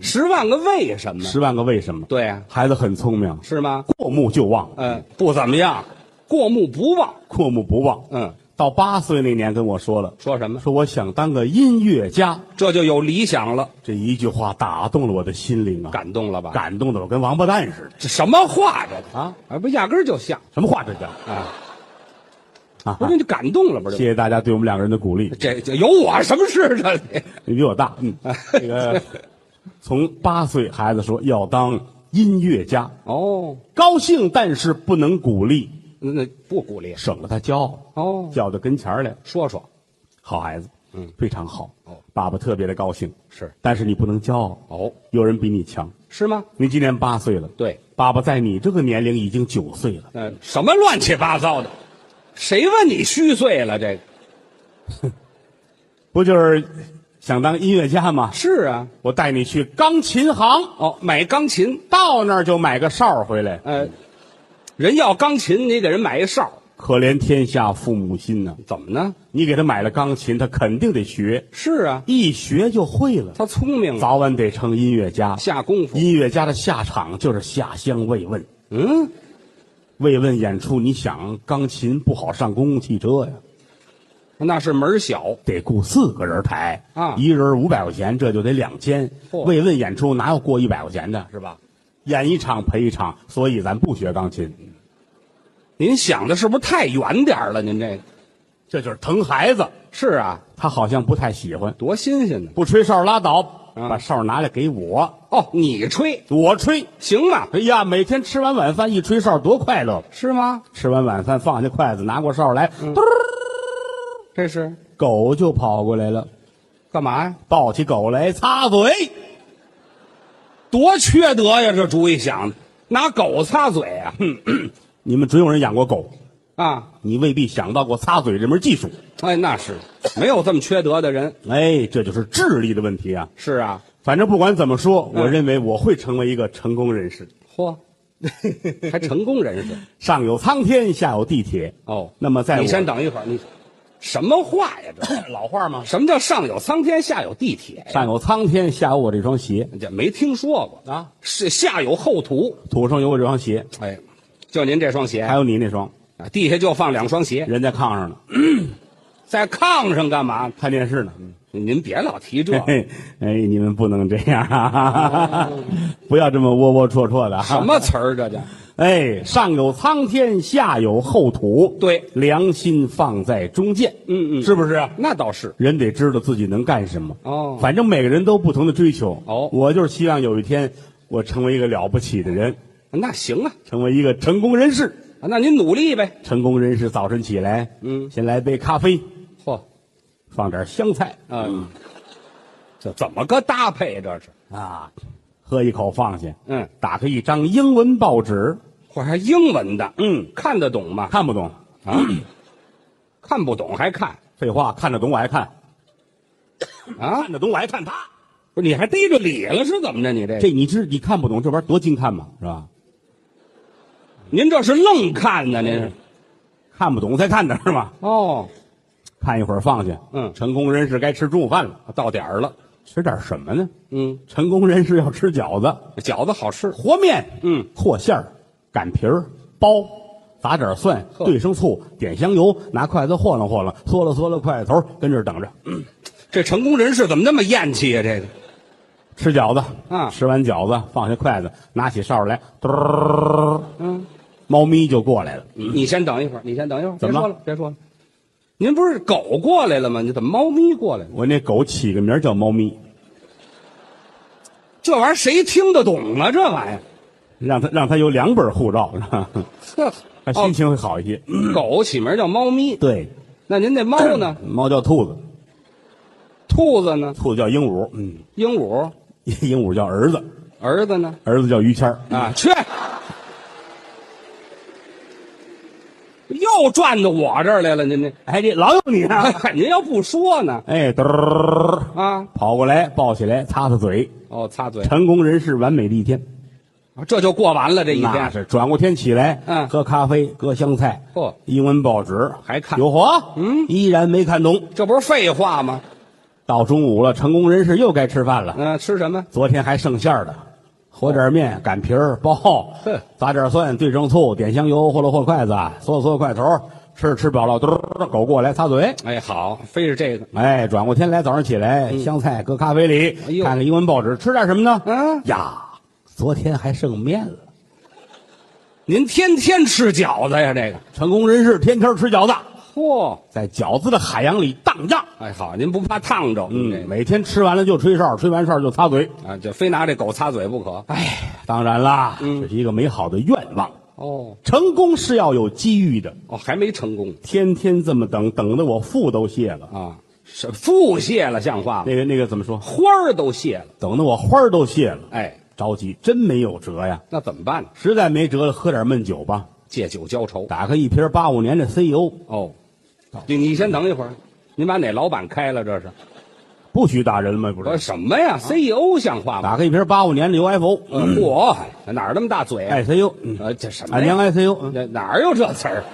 十万个为什么？十万个为什么。对啊，孩子很聪明，是吗？过目就忘，嗯，不怎么样，过目不忘。过目不忘。嗯，到八岁那年跟我说了，说什么？说我想当个音乐家。这就有理想了，这一句话打动了我的心灵啊，感动了吧？感动的我跟王八蛋似的。这什么话这个啊？哎，不压根儿就像什么话这叫啊，啊不？是你感动了不谢是？谢大家对我们两个人的鼓励，这这有我什么事啊这里？你比我大，嗯， 这个从八岁孩子说要当音乐家，哦，高兴但是不能鼓励，那那不鼓励啊省得他骄傲，哦，叫到跟前儿来，说说好孩子，嗯，非常好哦，爸爸特别的高兴，是但是你不能骄傲，哦，有人比你强，是吗？您今年八岁了，对，爸爸在你这个年龄已经九岁了，嗯、什么乱七八糟的？谁问你虚岁了？这个不就是想当音乐家吗？是啊，我带你去钢琴行，哦，买钢琴，到那儿就买个哨儿回来。呃，人要钢琴，你给人买一哨，可怜天下父母心呐、怎么呢？你给他买了钢琴，他肯定得学，是啊，一学就会了，他聪明啊，早晚得成音乐家。下功夫。音乐家的下场就是下乡慰问，嗯，慰问演出。你想，钢琴不好上公共汽车呀，那是门儿小，得雇四个人抬啊一人五百块钱，这就得两千。嚯慰问演出哪有过一百块钱的，是吧？演一场赔一场，所以咱不学钢琴，您想的是不是太远点儿了？您这个这就是疼孩子。是啊，他好像不太喜欢，多新鲜呢！不吹哨拉倒，嗯把哨拿来给我，哦，你吹我吹。行吗？哎呀，每天吃完晚饭一吹哨多快乐！是吗？吃完晚饭放下筷子，拿过哨来，嘟这是狗就跑过来了，干嘛呀？抱起狗来哎擦嘴。多缺德呀！这主意想的，拿狗擦嘴啊！你们准有人养过狗，啊，你未必想到过擦嘴这门技术。哎，那是没有这么缺德的人。哎，这就是智力的问题啊！是啊，反正不管怎么说，嗯我认为我会成为一个成功人士。嚯，还成功人士上有苍天，下有地铁。哦。那么在我你先等一会儿，你什么话呀？这老话吗？什么叫上有苍天，下有地铁呀？上有苍天，下有我这双鞋这没听说过，啊，是下有厚土。土上有我这双鞋，哎，就您这双鞋还有嗯你那双，啊，地下就放两双鞋，人在炕上呢，在炕上干嘛？看电视呢。您别老提这嘿，嘿， 哎，你们不能这样，啊！ 不要这么窝窝戳戳的。啊什？么词 儿这叫？哎，上有苍天，下有厚土。对，良心放在中间。嗯嗯是不是？那倒是人得知道自己能干什么。哦反正每个人都不同的追求。哦我就是希望有一天我成为一个了不起的人，那行啊，成为一个成功人士。啊那您努力呗。成功人士早晨起来，嗯先来杯咖啡，嚯，放点香菜啊，嗯这怎么个搭配呀这是？啊，喝一口放下。嗯，打开一张英文报纸，嚯，还英文的，嗯，看得懂吗？看不懂。啊，看不懂还看废话，看得懂我还看，啊？看得懂我还看他。不是，你还逮着理了是怎么着？你这这你知你看不懂这玩意儿多精看嘛，是吧？您这是愣看呢？您是看不懂才看的是吧？哦，看一会儿放下。嗯成功人士该吃中午饭了，到点儿了。吃点什么呢？嗯，成功人士要吃饺子、饺子好吃，和面，嗯，和馅儿、擀皮儿、包，撒点蒜，呵兑上醋，点香油，拿筷子和楞和楞，嗦了嗦了筷子头，跟这儿等着这成功人士怎么那么厌气呀、这个吃饺子。啊吃完饺子放下筷子，拿起哨来，嘟儿，嗯，猫咪就过来了。你先等一会儿，你先等一会儿，怎么别说了，别说了。嗯您不是狗过来了吗？你怎么猫咪过来了？我那狗起个名儿叫猫咪，这玩意儿谁听得懂啊？这玩意儿，让它让它有两本护照，是吧 呵，它嗯哦心，情会好一些。嗯狗起名叫猫咪，对，那您那猫呢？ 猫叫兔子，兔子呢？兔子叫鹦鹉，嗯，鹦鹉，鹦鹉叫儿子，儿子呢？儿子叫于谦儿啊，去！又转到我这儿来了，您这，哎，这老有你啊！哎 您要不说呢？ 哎，嘚儿啊，跑过来，抱起来，擦擦嘴，哦，擦嘴，成功人士完美的一天。啊这就过完了这一那天。是转过天起来，嗯喝咖啡，割香菜，嚯英文报纸还看有活，嗯依然没看懂。这不是废话吗？到中午了，成功人士又该吃饭了。嗯、吃什么？昨天还剩馅儿的，和点面，擀皮儿，包哼，撒点蒜，兑上醋，点香油，和了和筷子，嗦了嗦筷头，吃着吃饱了，嘟儿，狗过来擦嘴。哎，好，非是这个。哎，转过天来，早上起来，香菜搁咖啡里，嗯哎呦看看英文报纸，吃点什么呢？嗯呀，昨天还剩面了。您天天吃饺子呀？这个，成功人士天天吃饺子，嚯！在饺子的海洋里荡漾。哎，好，您不怕烫着？这嗯，个每天吃完了就吹哨，吹完哨就擦嘴。啊，就非拿这狗擦嘴不可。哎，当然啦，嗯这是一个美好的愿望。哦成功是要有机遇的，哦，还没成功天天这么等，等的我腹都泄了。啊，是腹泻了，像话吗？那个那个怎么说？花儿都谢了。等的我花儿都谢了，哎，着急，真没有辙呀！那怎么办呢？实在没辙了，喝点闷酒吧。借酒浇愁。打开一瓶八五年的 E CEO，哦，你你先等一会儿，您把哪老板开了？这是不许打人吗？不是，啊说什么呀？CEO 像话吗？打开一瓶八五年的 UFO，呃嚯、哪儿那么大嘴啊？哎 CEO，嗯呃，这什么俺呀娘？ICU，嗯这哪儿有这词儿？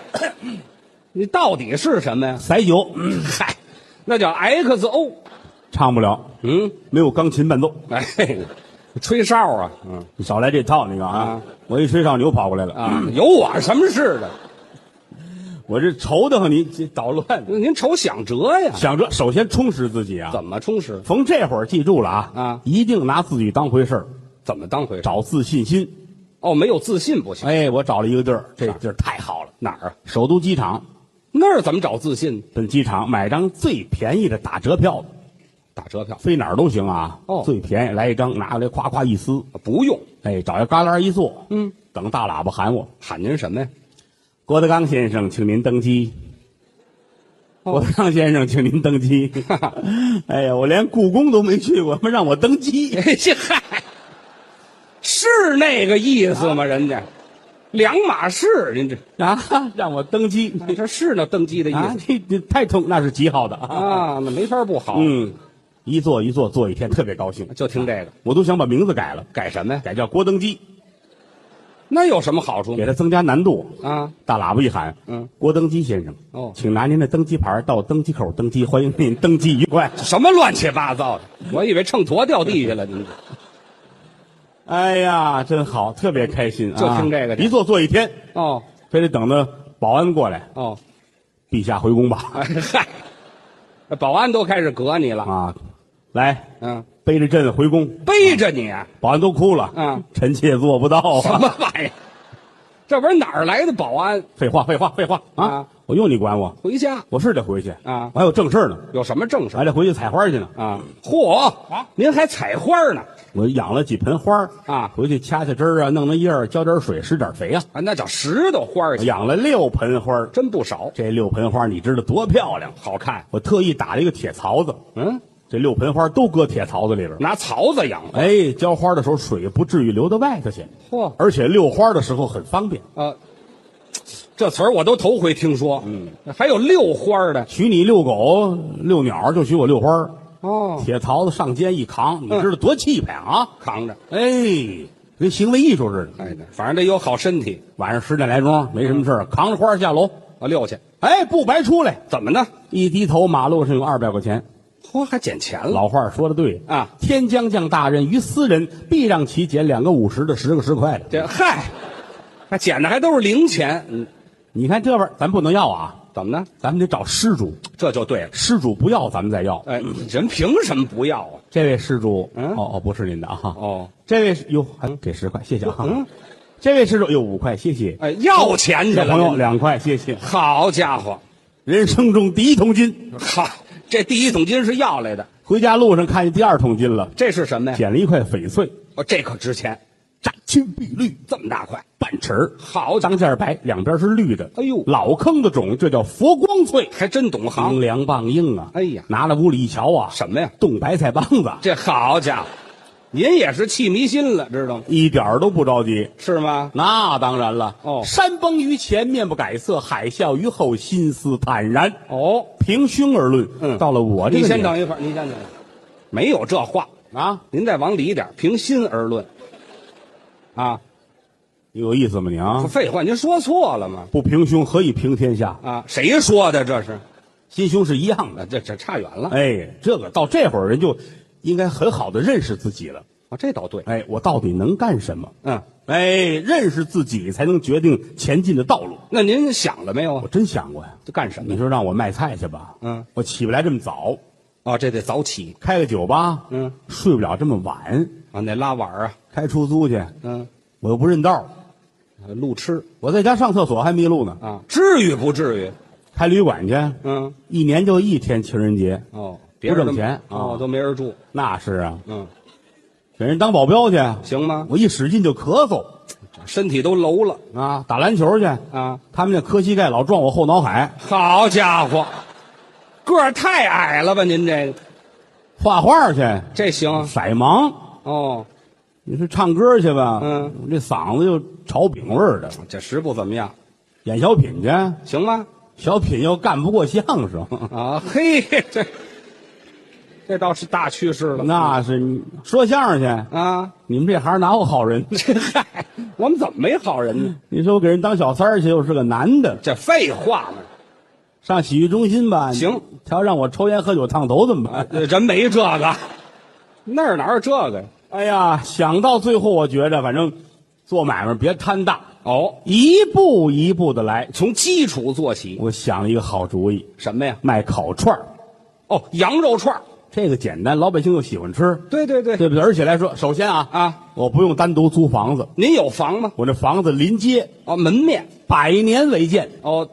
你到底是什么呀？塞酒，嗯 嗨，那叫 XO。唱不了，嗯，没有钢琴伴奏。哎，吹哨啊嗯，你少来这套，你看啊啊，我一吹上你又跑过来了啊！有我什么事啊的？我这愁得慌，你这捣乱。您瞅想辙呀？想着首先充实自己啊，怎么充实？逢这会儿记住了啊，啊一定拿自己当回事儿，怎么当回事？找自信心。哦，没有自信不行。哎，我找了一个地儿，这地儿太好了，哪儿啊？首都机场，那儿怎么找自信？奔机场买张最便宜的打折票，打折票飞哪儿都行啊，哦最便宜来一张，拿过来夸夸一撕，不用哎，找一旮旯一坐，嗯，等大喇叭喊我，喊您什么呀？ 郭德纲先生，请您登机。哦郭德纲先生，请您登 机。哎呀，我连故宫都没去过，他妈让我登 机，哎，这嗨，是那个意思吗？人家两码事，您这啊，让我登机。这是那登基的意啊，思这这太痛，那是极好的啊。啊？那没法不好，嗯，一坐一坐坐一天，特别高兴。就听这个，我都想把名字改了，改什么呀？改叫郭登基，那有什么好处给他增加难度。啊？大喇叭一喊，嗯，郭登基先生，哦请拿您的登机牌到登机口登机，欢迎您登机愉 快。什么乱七八糟的？我以为秤砣掉地下了，您哎呀，真好，特别开心啊！就听这个的一坐坐一天，哦非得等着保安过来，哦，陛下回宫吧。哎嗨，保安都开始隔你了，啊，来，嗯、背着朕回宫，背着你啊，保安都哭了。嗯，臣妾做不到什啊！么玩意儿？这玩意儿哪儿来的保安？废话，废话，废话啊啊！我用你管我？回家我是得回去啊我还有正事儿呢，有什么正事我还得回去采花去呢。啊？嚯啊您还采花呢？我养了几盆花儿啊回去掐掐枝儿啊，弄弄叶儿，浇点水，施点肥啊。啊，那叫石头花儿我，养了六盆花儿真不少。这六盆花儿你知道多漂亮，好看。我特意打了一个铁槽子，嗯，这六盆花儿都搁铁槽子里边儿。拿槽子养。哎，浇花的时候水不至于流到外头去，嚯而且遛花的时候很方便。啊，这词儿我都头回听说。嗯，还有遛花儿的许你遛狗、遛鸟，就许我遛花儿。哦，嗯铁槽子上肩一扛，你知道多气派啊！扛着。哎，跟行为艺术似的。哎，反正得有好身体晚上十点来钟，没什么事儿，扛着花下楼，啊，遛去。哎，不白出来。怎么呢？一低头，马路上有二百块钱。嚯，还捡钱了。老话说的对啊天将降大任于斯人，必让其减两个五十的，十个十块的。这嗨，还捡的还都是零钱。嗯，你看这玩意儿，咱不能要啊，怎么呢？咱们得找失主，这就对了。失主不要，咱们再要。哎，人凭什么不要啊？这位施主，嗯哦哦，不是您的啊，哦，嗯这位是哟，还给十块，谢谢啊，这位施主有五块，谢谢，哎，要钱去小了。朋友您两块，谢谢，好家伙，人生中第一桶金，哈，这第一桶金是要来的，回家路上看见第二桶金了，这是什么呀？捡了一块翡翠，哦，这可值钱，湛青碧绿，这么大块。半尺儿，好家伙，当间儿白，两边是绿的，哎呦老坑的种，这叫佛光翠，还真懂行冰。凉棒硬啊，哎呀拿到屋里一瞧啊，什么呀？冻白菜帮子，这好家伙，您也是气迷心了，知道吗？一点儿都不着急。是吗？那当然了，哦山崩于前面不改色，海啸于后心思坦然。哦，平胸而论，嗯到了我这你个先年等一会儿，您先等一会儿，没有这话，啊，您再往里一点，凭心而论。啊，你有意思吗你啊不？废话，您说错了吗？不平胸何以平天下？啊，谁说的这是？心胸是一样啊的。这这差远了。哎，这个到这会儿人就应该很好的认识自己了。哦，这倒对。哎，我到底能干什么？嗯，哎，认识自己才能决定前进的道路。那您想了没有我啊？真想过呀，这干什么你呀？说让我卖菜去吧，嗯，我起不来这么早，哦，这得早起开个酒吧，嗯，睡不了这么晚，啊，那拉碗啊，开出租去，嗯，我又不认道，路痴我在家上厕所还迷路呢，啊，至于不至于？开旅馆去，嗯，一年就一天情人节，哦，别人不挣都钱啊哦，都没人住，那是啊，嗯，给人当保镖去，行吗？我一使劲就咳嗽身体都楼了啊，打篮球去，啊！他们那磕膝盖老撞我后脑海，好家伙，个儿太矮了吧？您这个画画去，这行色盲，哦，你说唱歌去吧，嗯，我这嗓子就炒饼味儿的，这食不怎么样，演小品去，行吗？小品又干不过相声，啊，嘿，这这倒是大趋势了那是你说相声去，啊！你们这行哪有好人？这嗨，我们怎么没好人呢？你说我给人当小三儿去，又是个男的，这废话嘛，上洗浴中心吧。行，他要让我抽烟喝酒烫头怎么办？人没这个，那儿哪有这个呀？哎呀，想到最后，我觉着反正做买卖别贪大，哦，一步一步的来。从基础做起，我想了一个好主意，什么呀？卖烤串儿哦，羊肉串儿这个简单，老百姓又喜欢吃，对对对对不对？而且来说，首先啊啊，我不用单独租房子，您有房吗？我这房子临街，哦，门面百年违建。哦，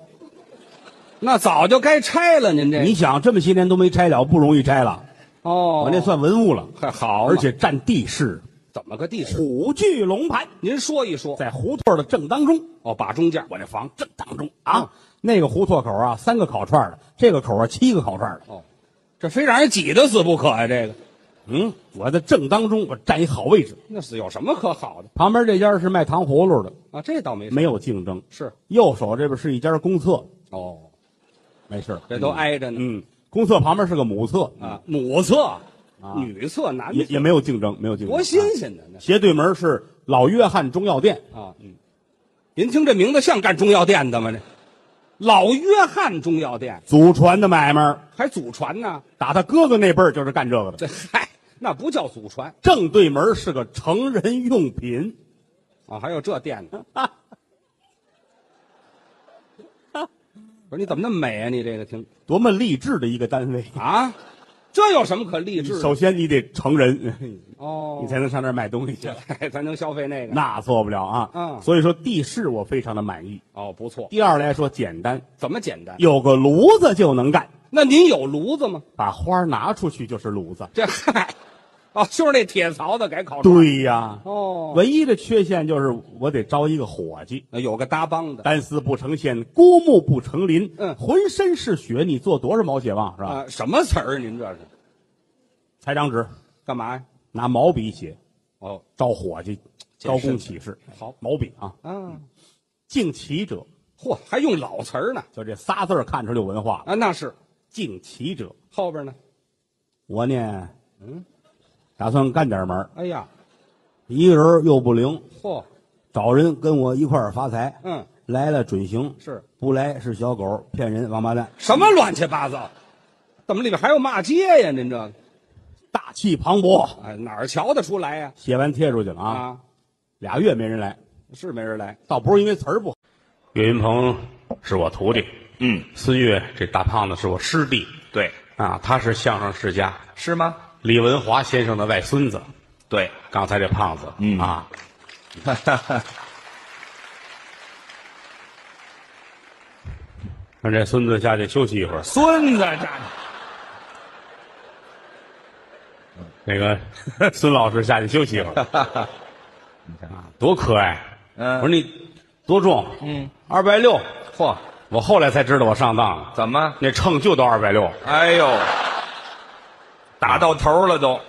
那早就该拆了。您这你想这么些年都没拆了，不容易拆了，哦，我那算文物了，还好嘛，而且占地势，怎么个地势？虎踞龙盘，您说一说。在胡同的正当中。哦，把中间我这房正当中啊，那个胡同口啊，三个烤串的，这个口啊，七个烤串的。这非让人挤得死不可呀、这个嗯，我在正当中，我占一好位置。那是有什么可好的旁边这家是卖糖葫芦的，啊？这倒没事没有竞争。是右手这边是一家公厕，哦，没事儿这都挨着呢。嗯，公厕旁边是个母厕，啊，母厕、女厕、男嗯啊也厕，也没有竞争，没有竞争。多新鲜呢！那啊！斜对门是老约翰中药店，啊，嗯，您听这名字像干中药店的吗？这老约翰中药店祖传的买卖儿，还祖传呢？打他哥哥那辈儿就是干这个的。这嗨，那不叫祖传正对门是个成人用品，啊，还有这店呢。 不是你怎么那么美啊？你这个听多么励志的一个单位！啊，这有什么可励志的首？先你得成人，哦，你才能上这儿买东西 去，才才能消费那个。那做不了啊。嗯所以说地势我非常的满意。哦，不错，第二来说简单，怎么简单？有个炉子就能干，那您有炉子吗？把花儿拿出去就是炉子。这嗨，哦，就是那铁槽子改烤串。对呀，哦，唯一的缺陷就是我得招一个伙计，那呃有个搭帮的单丝不成线，孤木不成林。嗯浑身是血，你做多少毛血旺是吧？啊，什么词儿？您这是裁张纸，干嘛呀？拿毛笔写，哦，招伙计，健招身工启事。好，毛笔啊，啊，敬其者，嚯，还用老词儿呢就这仨字儿看出来有文化了。啊？那是敬其者，后边呢？我呢，嗯，打算干点门儿哎呀，一个人又不灵，嚯，找人跟我一块儿发财。嗯，来了准行，是不来是小狗，骗人王八蛋。什么乱七八糟？怎么里边还有骂街呀？您这个，大气磅礴，哎，哪儿瞧得出来呀？写完贴出去了啊，啊，俩月没人来，是没人来，倒不是因为词儿不好。岳云鹏是我徒弟，嗯，孙越这大胖子是我师弟 对，啊，他是相声世家是吗？李文华先生的外孙子。对，刚才这胖子，嗯啊， 让这孙子下去休息一会儿。孙子这那个 孙老师下去休息一会 儿。啊，多可爱！嗯我说你多重？嗯，二百六。嚯，我后来才知道我上当了，怎么？那秤就到二百六。哎呦，打到头了都，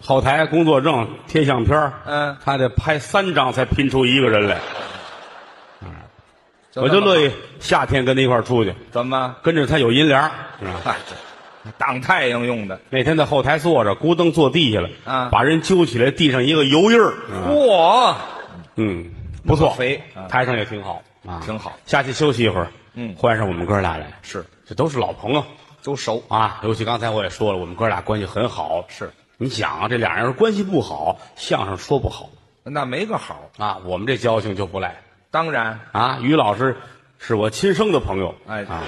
后台工作证贴相片儿嗯他得拍三张才拼出一个人来。我就这么乐意夏天跟他一块儿出去，怎么？跟着他有阴凉，是吧？嗨，这挡太阳用嗯的，那天在后台坐着，咕噔坐地下了，啊把人揪起来，地上一个油印儿，嗯嚯，嗯，不错，肥啊台上也挺好啊，挺好。下去休息一会儿，嗯换上我们哥俩来，是这都是老朋友都熟，啊，尤其刚才我也说了，我们哥俩关系很好，是，你想啊，这俩人关系不好，相声说不好那没个好，啊，我们这交情就不赖当然，啊。于老师是我亲生的朋友，哎啊，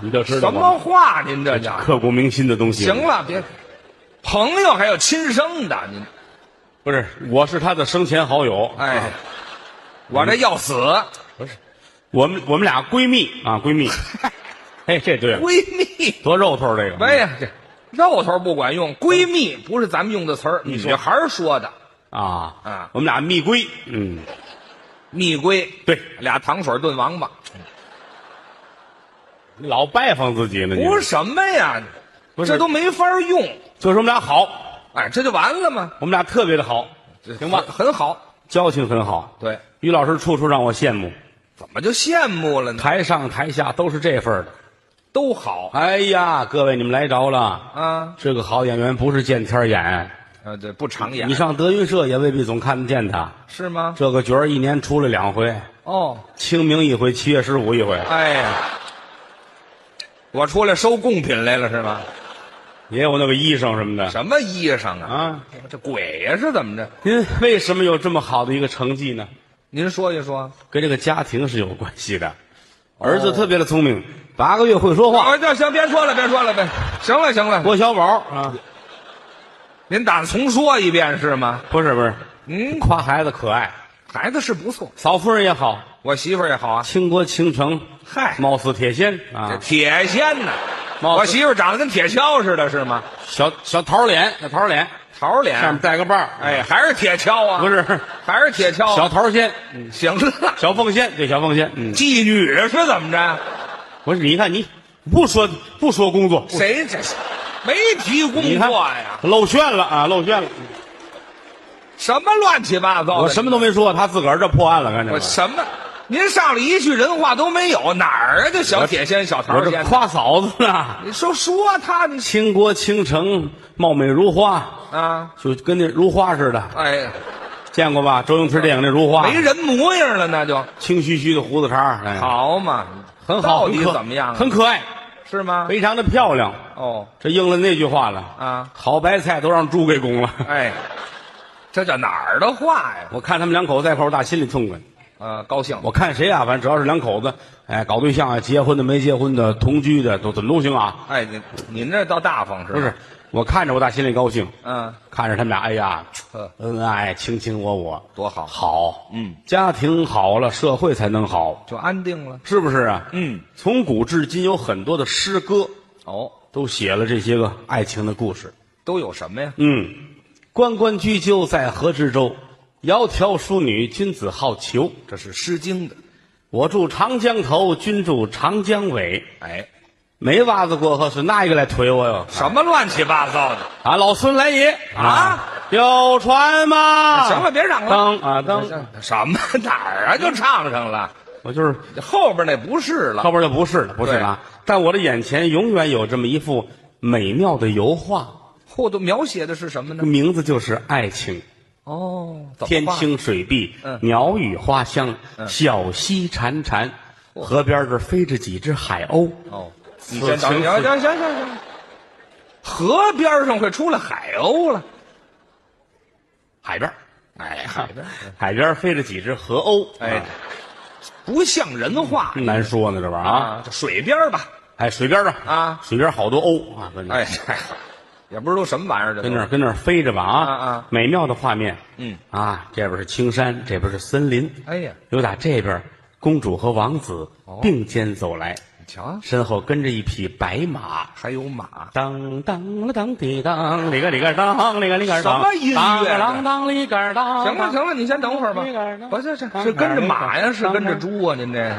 你就知道什我么话您这们叫？刻骨铭心的东西，行。了，别，朋友还有亲生的，您不是，我是他的生前好友。啊哎，我这要死，嗯我们我们俩闺蜜啊，闺 蜜，哎，这对了闺蜜，多肉头这个。哎呀，这肉头不管用，闺蜜不是咱们用的词儿，你说女孩儿说的，啊啊我们俩蜜闺，嗯，蜜闺，对，俩糖水炖王八，老拜访自己呢，你不是什么呀，不是这都没法儿用，就说我们俩好，哎，这就完了吗？我们俩特别的好，这行吧很很好，交情很好。对，于老师处处让我羡慕，怎么就羡慕了呢？台上台下都是这份儿的。都好哎呀，各位你们来着了，啊，这个好演员不是见天儿演，呃，对，不常演你上德云社也未必总看得见他。是吗？这个角儿一年出来两回，哦，清明一回，七月十五一回。哎呀，我出来收贡品来了是吗？也有那个衣裳什么的什么衣裳啊？啊。这鬼呀、是怎么着？您为什么有这么好的一个成绩呢？您说一说。跟这个家庭是有关系的。儿子特别的聪明，八个月会说话。我就啊行，别说了，别说了，别行了，行了。郭小宝啊，您打算重说一遍是吗？不是不是，嗯，夸孩子可爱，孩子是不错，嫂夫人也好，我媳妇儿也好啊。倾国倾城，嗨貌似铁仙这啊，铁锨呐，貌似我媳妇儿长得跟铁锹似的，是吗？小小桃脸，小桃脸，桃脸，上面带个把儿，哎，还是铁锹啊？不，是还是铁锹。啊小桃仙，行 了，小凤仙，对，小凤仙，嗯，妓女啊是怎么着？不是，你看你不说不说工作，谁这是没提工你看作呀？露馅了啊，露馅了，什么乱七八糟的？我什么都没说，他自个儿这破案了，看见哦我吗？什么？您上来一句人话都没有，哪儿啊？这小铁锨、小桃我这锨，夸嫂子呢，你说说他你倾国倾城，貌美如花，啊？就跟那如花似的，哎，见过吧？周星驰电影那如花，没人模样了，那就清虚虚的胡子茬儿，哎，好嘛，很好，到底很可怎么样啊？很可爱，是吗？非常的漂亮。哦，这应了那句话了啊好白菜都让猪给拱了。 哎，这叫哪儿的话呀？我看他们两口子在一块儿，我打心里痛快。啊，高兴，我看谁啊，反正只要是两口子，哎，搞对象啊，结婚的、没结婚的、同居的，都怎么都行啊。哎，您您这倒大方是不吧是，，我看着我打心里高兴，嗯，看着他们俩，哎呀，呵恩爱、卿卿我我，多好好，嗯，家庭好了，社会才能好，就安定了。是不是啊？嗯，从古至今有很多的诗歌哦，都写了这些个爱情的故事。都有什么呀？嗯，关关雎鸠，在河之洲。窈窕淑女，君子好逑。这是《诗经》的。我住长江头，君住长江尾。哎，没袜子过河是哪一个来推我哟？什么乱七八糟的？啊，老孙来也啊！有船吗？行了，别嚷了。当啊当，什么哪儿啊？就唱上了，我就是后边那不是了。后边就不是了，不是了啊。但我的眼前永远有这么一幅美妙的油画，后头描写的是什么呢？名字就是爱情。哦，怎么天画清水碧，嗯鸟语花香，小溪潺潺，河边这飞着几只海鸥。哦，此你先等，情行此行行行行，河边上会出来海鸥了。海边儿，哎，海边，海边儿飞着几只河鸥。哎啊，不像人话真难说呢，这玩意儿啊！啊，就水边吧。哎，水边儿呢？啊水边儿好多鸥啊，跟那儿哎，嗨也不知道什么玩意儿，这都跟那儿跟那儿飞着吧啊啊啊美妙的画面。嗯啊，这边是青山，这边是森林。哎呀，有打这边，公主和王子哦并肩走来，你瞧，身后跟着一匹白马。还有马，当当了当滴当，里个里个当，里个里个当，什么音乐啊当当当里个当。行了行了，你先等会儿吧那个呢。不是，这是跟着马呀，是跟着猪啊？您这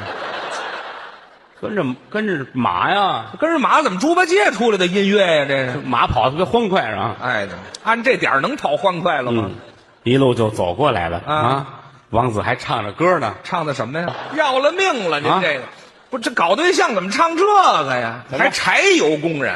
跟着跟着马呀，跟着马怎么猪八戒出来的音乐呀？这是，马跑得特别欢快啊。哎，按这点儿能讨欢快了吗嗯？，一路就走过来了啊啊。王子还唱着歌呢，唱的什么呀？要了命了！您啊这个，不这搞对象怎么唱这个呀？么还柴油工人、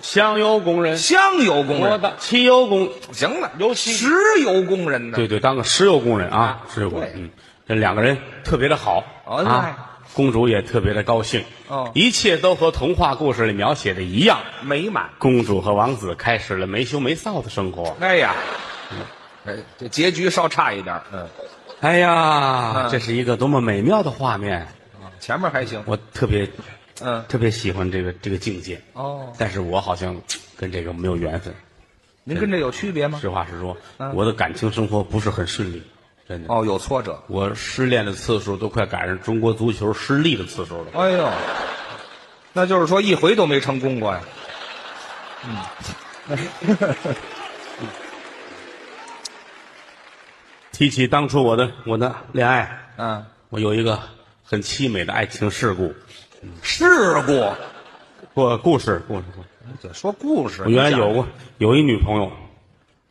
香油工人，香油工啊我人，的汽油工，行了，油漆石油工人呢？对对，当个石油工人啊啊，石油工人。对嗯，这两个人特别的好哦对啊，公主也特别的高兴哦一切都和童话故事里描写的一样。美满。公主和王子开始了没羞没臊的生活。哎呀，哎，这结局稍差一点儿，嗯，哎呀，嗯这是一个多么美妙的画面！前面还行，我特别嗯，特别喜欢这个这个境界，哦，但是我好像跟这个没有缘分。您跟这有区别吗？实话实说，嗯我的感情生活不是很顺利，真的。哦，有挫折。我失恋的次数都快赶上中国足球失利的次数了。哎呦，那就是说一回都没成功过呀。提起当初我的我的恋爱，嗯，我有一个很凄美的爱情事故，事故。过故事故事。故事这说故事，我原来有过有一女朋友，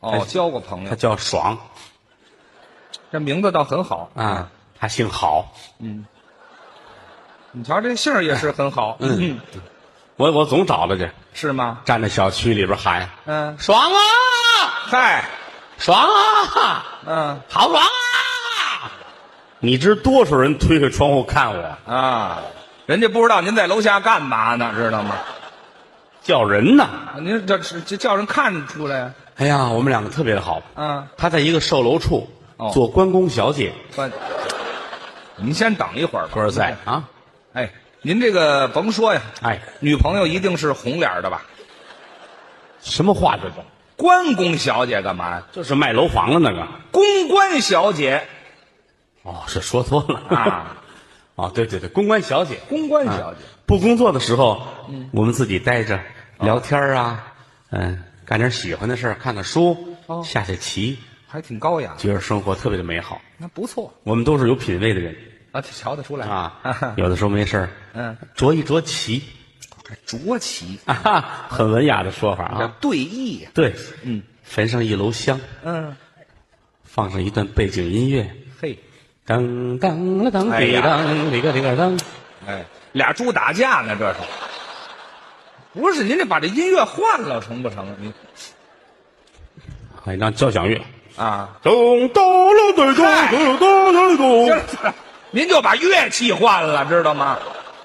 哦，交过朋她友，叫爽这名字倒很好。啊，她姓郝。你瞧这姓儿也是很好，嗯，我我总找她去，是吗？站在小区里边喊。嗯，爽啊，嗨，爽啊，嗯好爽啊！你知多少人推开窗户看我，啊，人家不知道您在楼下干嘛呢，知道吗？叫人呢。啊您这是这叫人看出来啊呀、哎呀，我们两个特别的好。啊，他在一个售楼处哦做关公小姐，我您先等一会儿吧。不是在啊？哎，您这个甭说呀，哎，女朋友一定是红脸儿的吧？什么话这是？关公小姐干嘛呀？就是卖楼房的那个。公关小姐哦，是说错了啊。 哦，对对对，公关小姐，公关小姐，不工作的时候，嗯我们自己待着哦聊天儿啊，嗯，干点喜欢的事儿，看看书，哦下下棋，还挺高雅，觉得生活特别的美好。那不错我们都是有品位的人啊，这瞧得出来 啊，有的时候没事儿，嗯，酌一酌棋卓奇，啊哈，很文雅的说法啊。对弈，对，嗯，焚上一篓香，嗯，放上一段背景音乐，嘿，当当了当哎滴呀当里个里个当，哎，俩猪打架呢，这是。不是您这把这音乐换了成不成啊？您哎，让交响乐。啊，咚咚了咚咚咚咚咚行了行了您就把乐器换了，知道吗？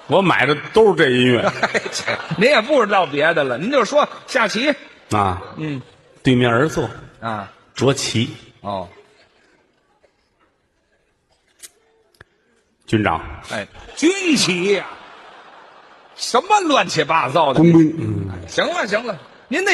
我买的都是这音 乐哎这您也不知道别的了，您就说下棋，啊，嗯对面而坐，啊，着棋。哦，军长，哎，军棋呀、什么乱七八糟的？哎兵，嗯。行了行了，您那。